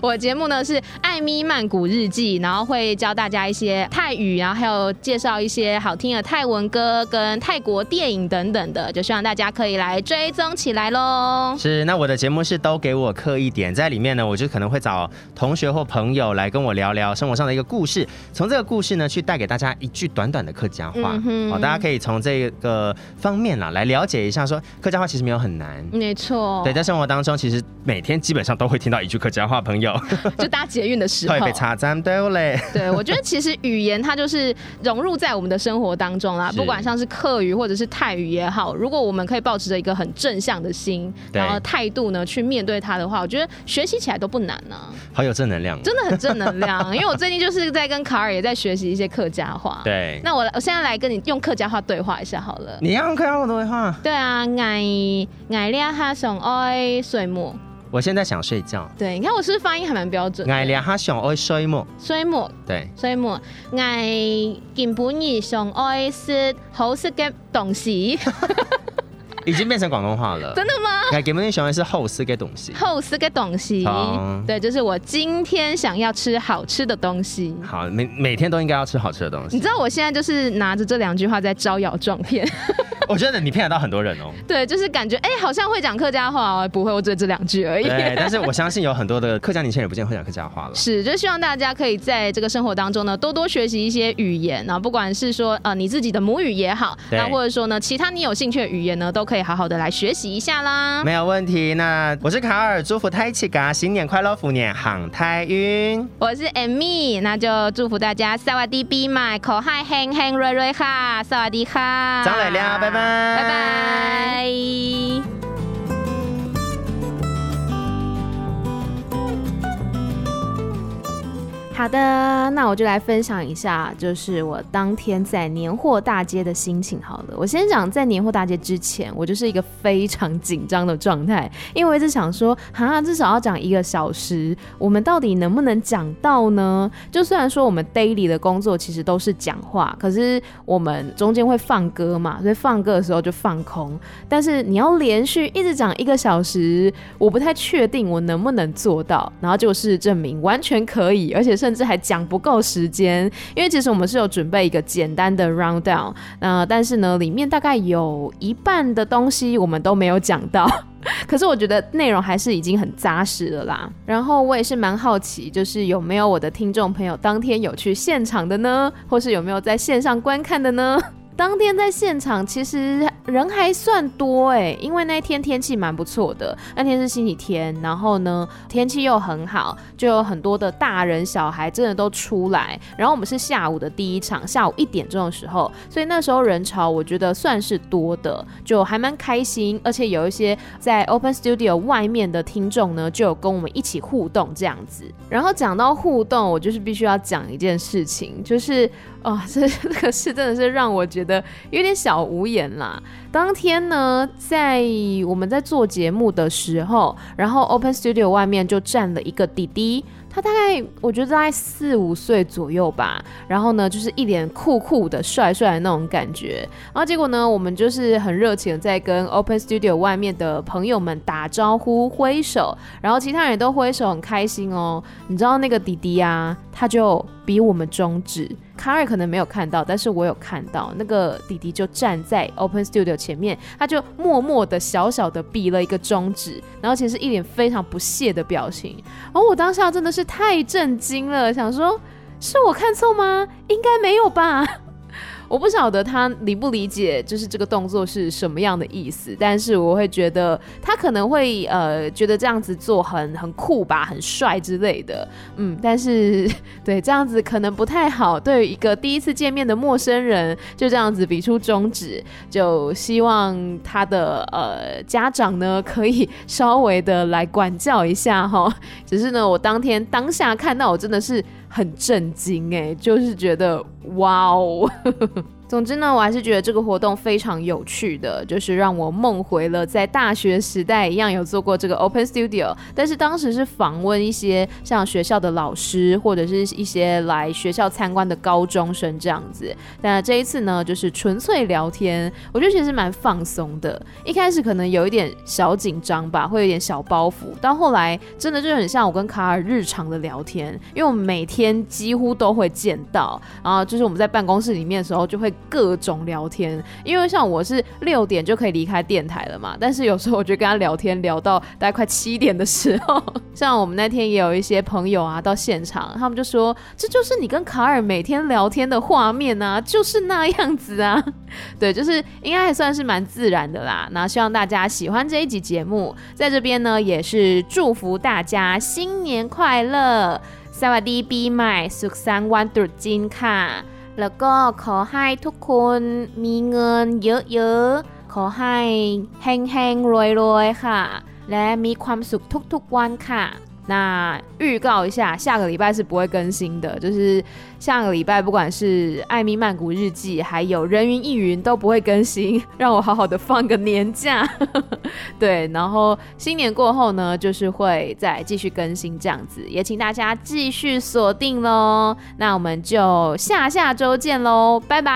Speaker 3: 我的节目呢是《艾咪曼谷日记》，然后会教大家一些泰语，然后还有介绍一些好听的泰文歌跟泰国电影等等的，就希望大家可以来追踪起来喽。
Speaker 4: 是，那我的节目是都给我刻一点，在里面呢，我就可能会找同学或朋友来跟我聊聊生活上的一个故事，从这个故事呢去带给大家一句短短的客家话，好、
Speaker 3: 嗯哼
Speaker 4: 大家可以从这个方面啦来了解一下说客家话其实没有很难。
Speaker 3: 没错，
Speaker 4: 对，在生活当中，其实每天基本上都会听到一句客 (laughs) 家话，朋友
Speaker 3: 就搭捷运的时候
Speaker 4: 会。被插针对嘞。
Speaker 3: 对，我觉得其实语言它就是融入在我们的生活当中啦，
Speaker 4: 是
Speaker 3: 不管像是客语或者是泰语也好，如果我们可以保持着一个很正向的心，
Speaker 4: 对
Speaker 3: 然后态度呢去面对它的话，我觉得学习起来都不难
Speaker 4: (laughs)
Speaker 3: 呢、
Speaker 4: (laughs) 好有正能量哦。
Speaker 3: 真的很正能量。因为我最近就是在跟卡尔也在学习一些客家话，，
Speaker 4: 对，嗯
Speaker 3: 那我我现在来跟你用客家话对话一下好了。
Speaker 4: 你要用客家话的话，
Speaker 3: 对啊，爱爱俩哈上爱水母，
Speaker 4: 我现在想睡觉。
Speaker 3: 对，你看我是不是发音还蛮标准的？
Speaker 4: 爱俩哈想爱睡么？
Speaker 3: 水母。
Speaker 4: 对，
Speaker 3: 所以我藝見本而上愛惜好識嘅東西，
Speaker 4: 已经变成广东 (laughs) 话了。
Speaker 3: 真的吗？
Speaker 4: 哎，给我们想的是后四个东西。
Speaker 3: 好識嘅東西
Speaker 4: 好，
Speaker 3: 对，就是我今天想要吃好吃的东西。
Speaker 4: 好，每每天都应该要吃好吃的东
Speaker 3: 你
Speaker 4: 西。
Speaker 3: 知道我现在就是拿着这两句话在招摇撞骗，
Speaker 4: (laughs) 我觉得你骗得到很多人哦。
Speaker 3: 对，就是感觉哎、好像会讲客家话哦，不会，我只有这两句而已。
Speaker 4: 对，但是我相信有很多的客家年轻人不见会讲客家话了。
Speaker 3: 是，就希望大家可以在这个生活当中呢，多多学习一些语言啊，不管是说呃你自己的母语也好，
Speaker 4: 对
Speaker 3: 那或者说呢其他你有兴趣的语言呢，都可以好好的来学习一下啦。
Speaker 4: 没有问题。那我是卡尔，祝福泰气嘎，新年快乐，虎年行太运。
Speaker 3: 我是 Amy，那就祝福大家萨瓦迪比买口嗨亨亨瑞瑞哈，萨瓦迪哈，
Speaker 4: 张磊亮拜拜
Speaker 3: 拜拜。
Speaker 2: 好的，那我就来分享一下，就是我当天在年货大街的心情好了。我先讲在年货大街之前，我就是一个非常紧张的状态，因为我一直想说，哈，至少要讲一个小时，我们到底能不能讲到呢？就虽然说我们 daily 的工作其实都是讲话，可是我们中间会放歌嘛，所以放歌的时候就放空。但是你要连续一直讲一个小时，我不太确定我能不能做到，然后结果事实证明完全可以，而且甚至还讲不够时间，因为其实我们是有准备一个简单的 round down，那、但是呢，里面大概有一半的东西我们都没有讲到。 (laughs) 可是我觉得内容还是已经很扎实了啦。然后我也是蛮好奇，就是有没有我的听众朋友当天有去现场的呢，或是有没有在线上观看的呢？当天在现场其实人还算多哎，因为那天天气蛮不错的，那天是星期天，然后呢天气又很好，就有很多的大人小孩真的都出来。然后我们是下午的第一场，下午一点钟的时候，所以那时候人潮我觉得算是多的，就还蛮开心。而且有一些在 Open Studio 外面的听众呢，就有跟我们一起互动这样子。然后讲到互动，我就是必须要讲一件事情，就是哦， (laughs) 这这个事真的是让我觉得有点小无言啦。当天呢，在我们在做节目的时候，然后 Open Studio 外面就站了一个弟弟，他大概我觉得大概四五岁左右吧，然后呢，就是一脸酷酷的、帅帅的那种感觉。然后结果呢，我们就是很热情地在跟 Open Studio 外面的朋友们打招呼、挥手，然后其他人也都挥手，很开心哦。你知道那个弟弟啊，他就比我们中指。卡尔可能没有看到，但是我有看到那个弟弟就站在 Open Studio 前面，他就默默的、小小的比了一个中指，然后其实一脸非常不屑的表情。然后我当下真的是太震惊了，想说是我看错吗？应该没有吧。我不晓得他理不理解，就是这个动作是什么样的意思，但是我会觉得他可能会呃觉得这样子做很很酷吧，很帅之类的，嗯，但是 (laughs) 对这样子可能不太好，对于一个第一次见面的陌生人就这样子比出中指，就希望他的呃家长呢可以稍微的来管教一下哈。 (laughs) 只是呢，我当天当下看到我真的是很震惊哎、就是觉得哇哦。总之呢，我还是觉得这个活动非常有趣的，就是让我梦回了在大学时代一样有做过这个 Open Studio，但是当时是访问一些像学校的老师或者是一些来学校参观的高中生这样子。那这一次呢，就是纯粹聊天，我觉得其实蛮放松的。一开始可能有一点小紧张吧，会有点小包袱，到后来真的就很像我跟卡尔日常的聊天，因为我们每天几乎都会见到，然后就是我们在办公室里面的时候就会各种聊天，因为像我是六点就可以离开电台了嘛，但是有时候我就跟他聊天聊到大概快七点的时候， (laughs) 像我们那天也有一些朋友啊到现场，他们就说这就是你跟卡尔每天聊天的画面啊，就是那样子啊。 (laughs) 对，就是应该还算是蛮自然的啦。那希望大家喜欢这一集节目，在这边呢也是祝福大家新年快乐，สวัสดีปีใหม่สุขสันต์วันตรุษจีนค่ะ แล้วก็ขอให้ทุกคนมีเงินเยอะๆ ขอให้แห้งๆรวยๆค่ะ และมีความสุขทุกๆวันค่ะ 那预告一下，下个礼拜是不会更新的，就是下个礼拜不管是《艾米曼谷日记》还有《人云亦云》都不会更新，让我好好的放个年假。对，然后新年过后呢，就是会再继续更新这样子，也请大家继续锁定喽。那我们就下下周见喽，拜拜。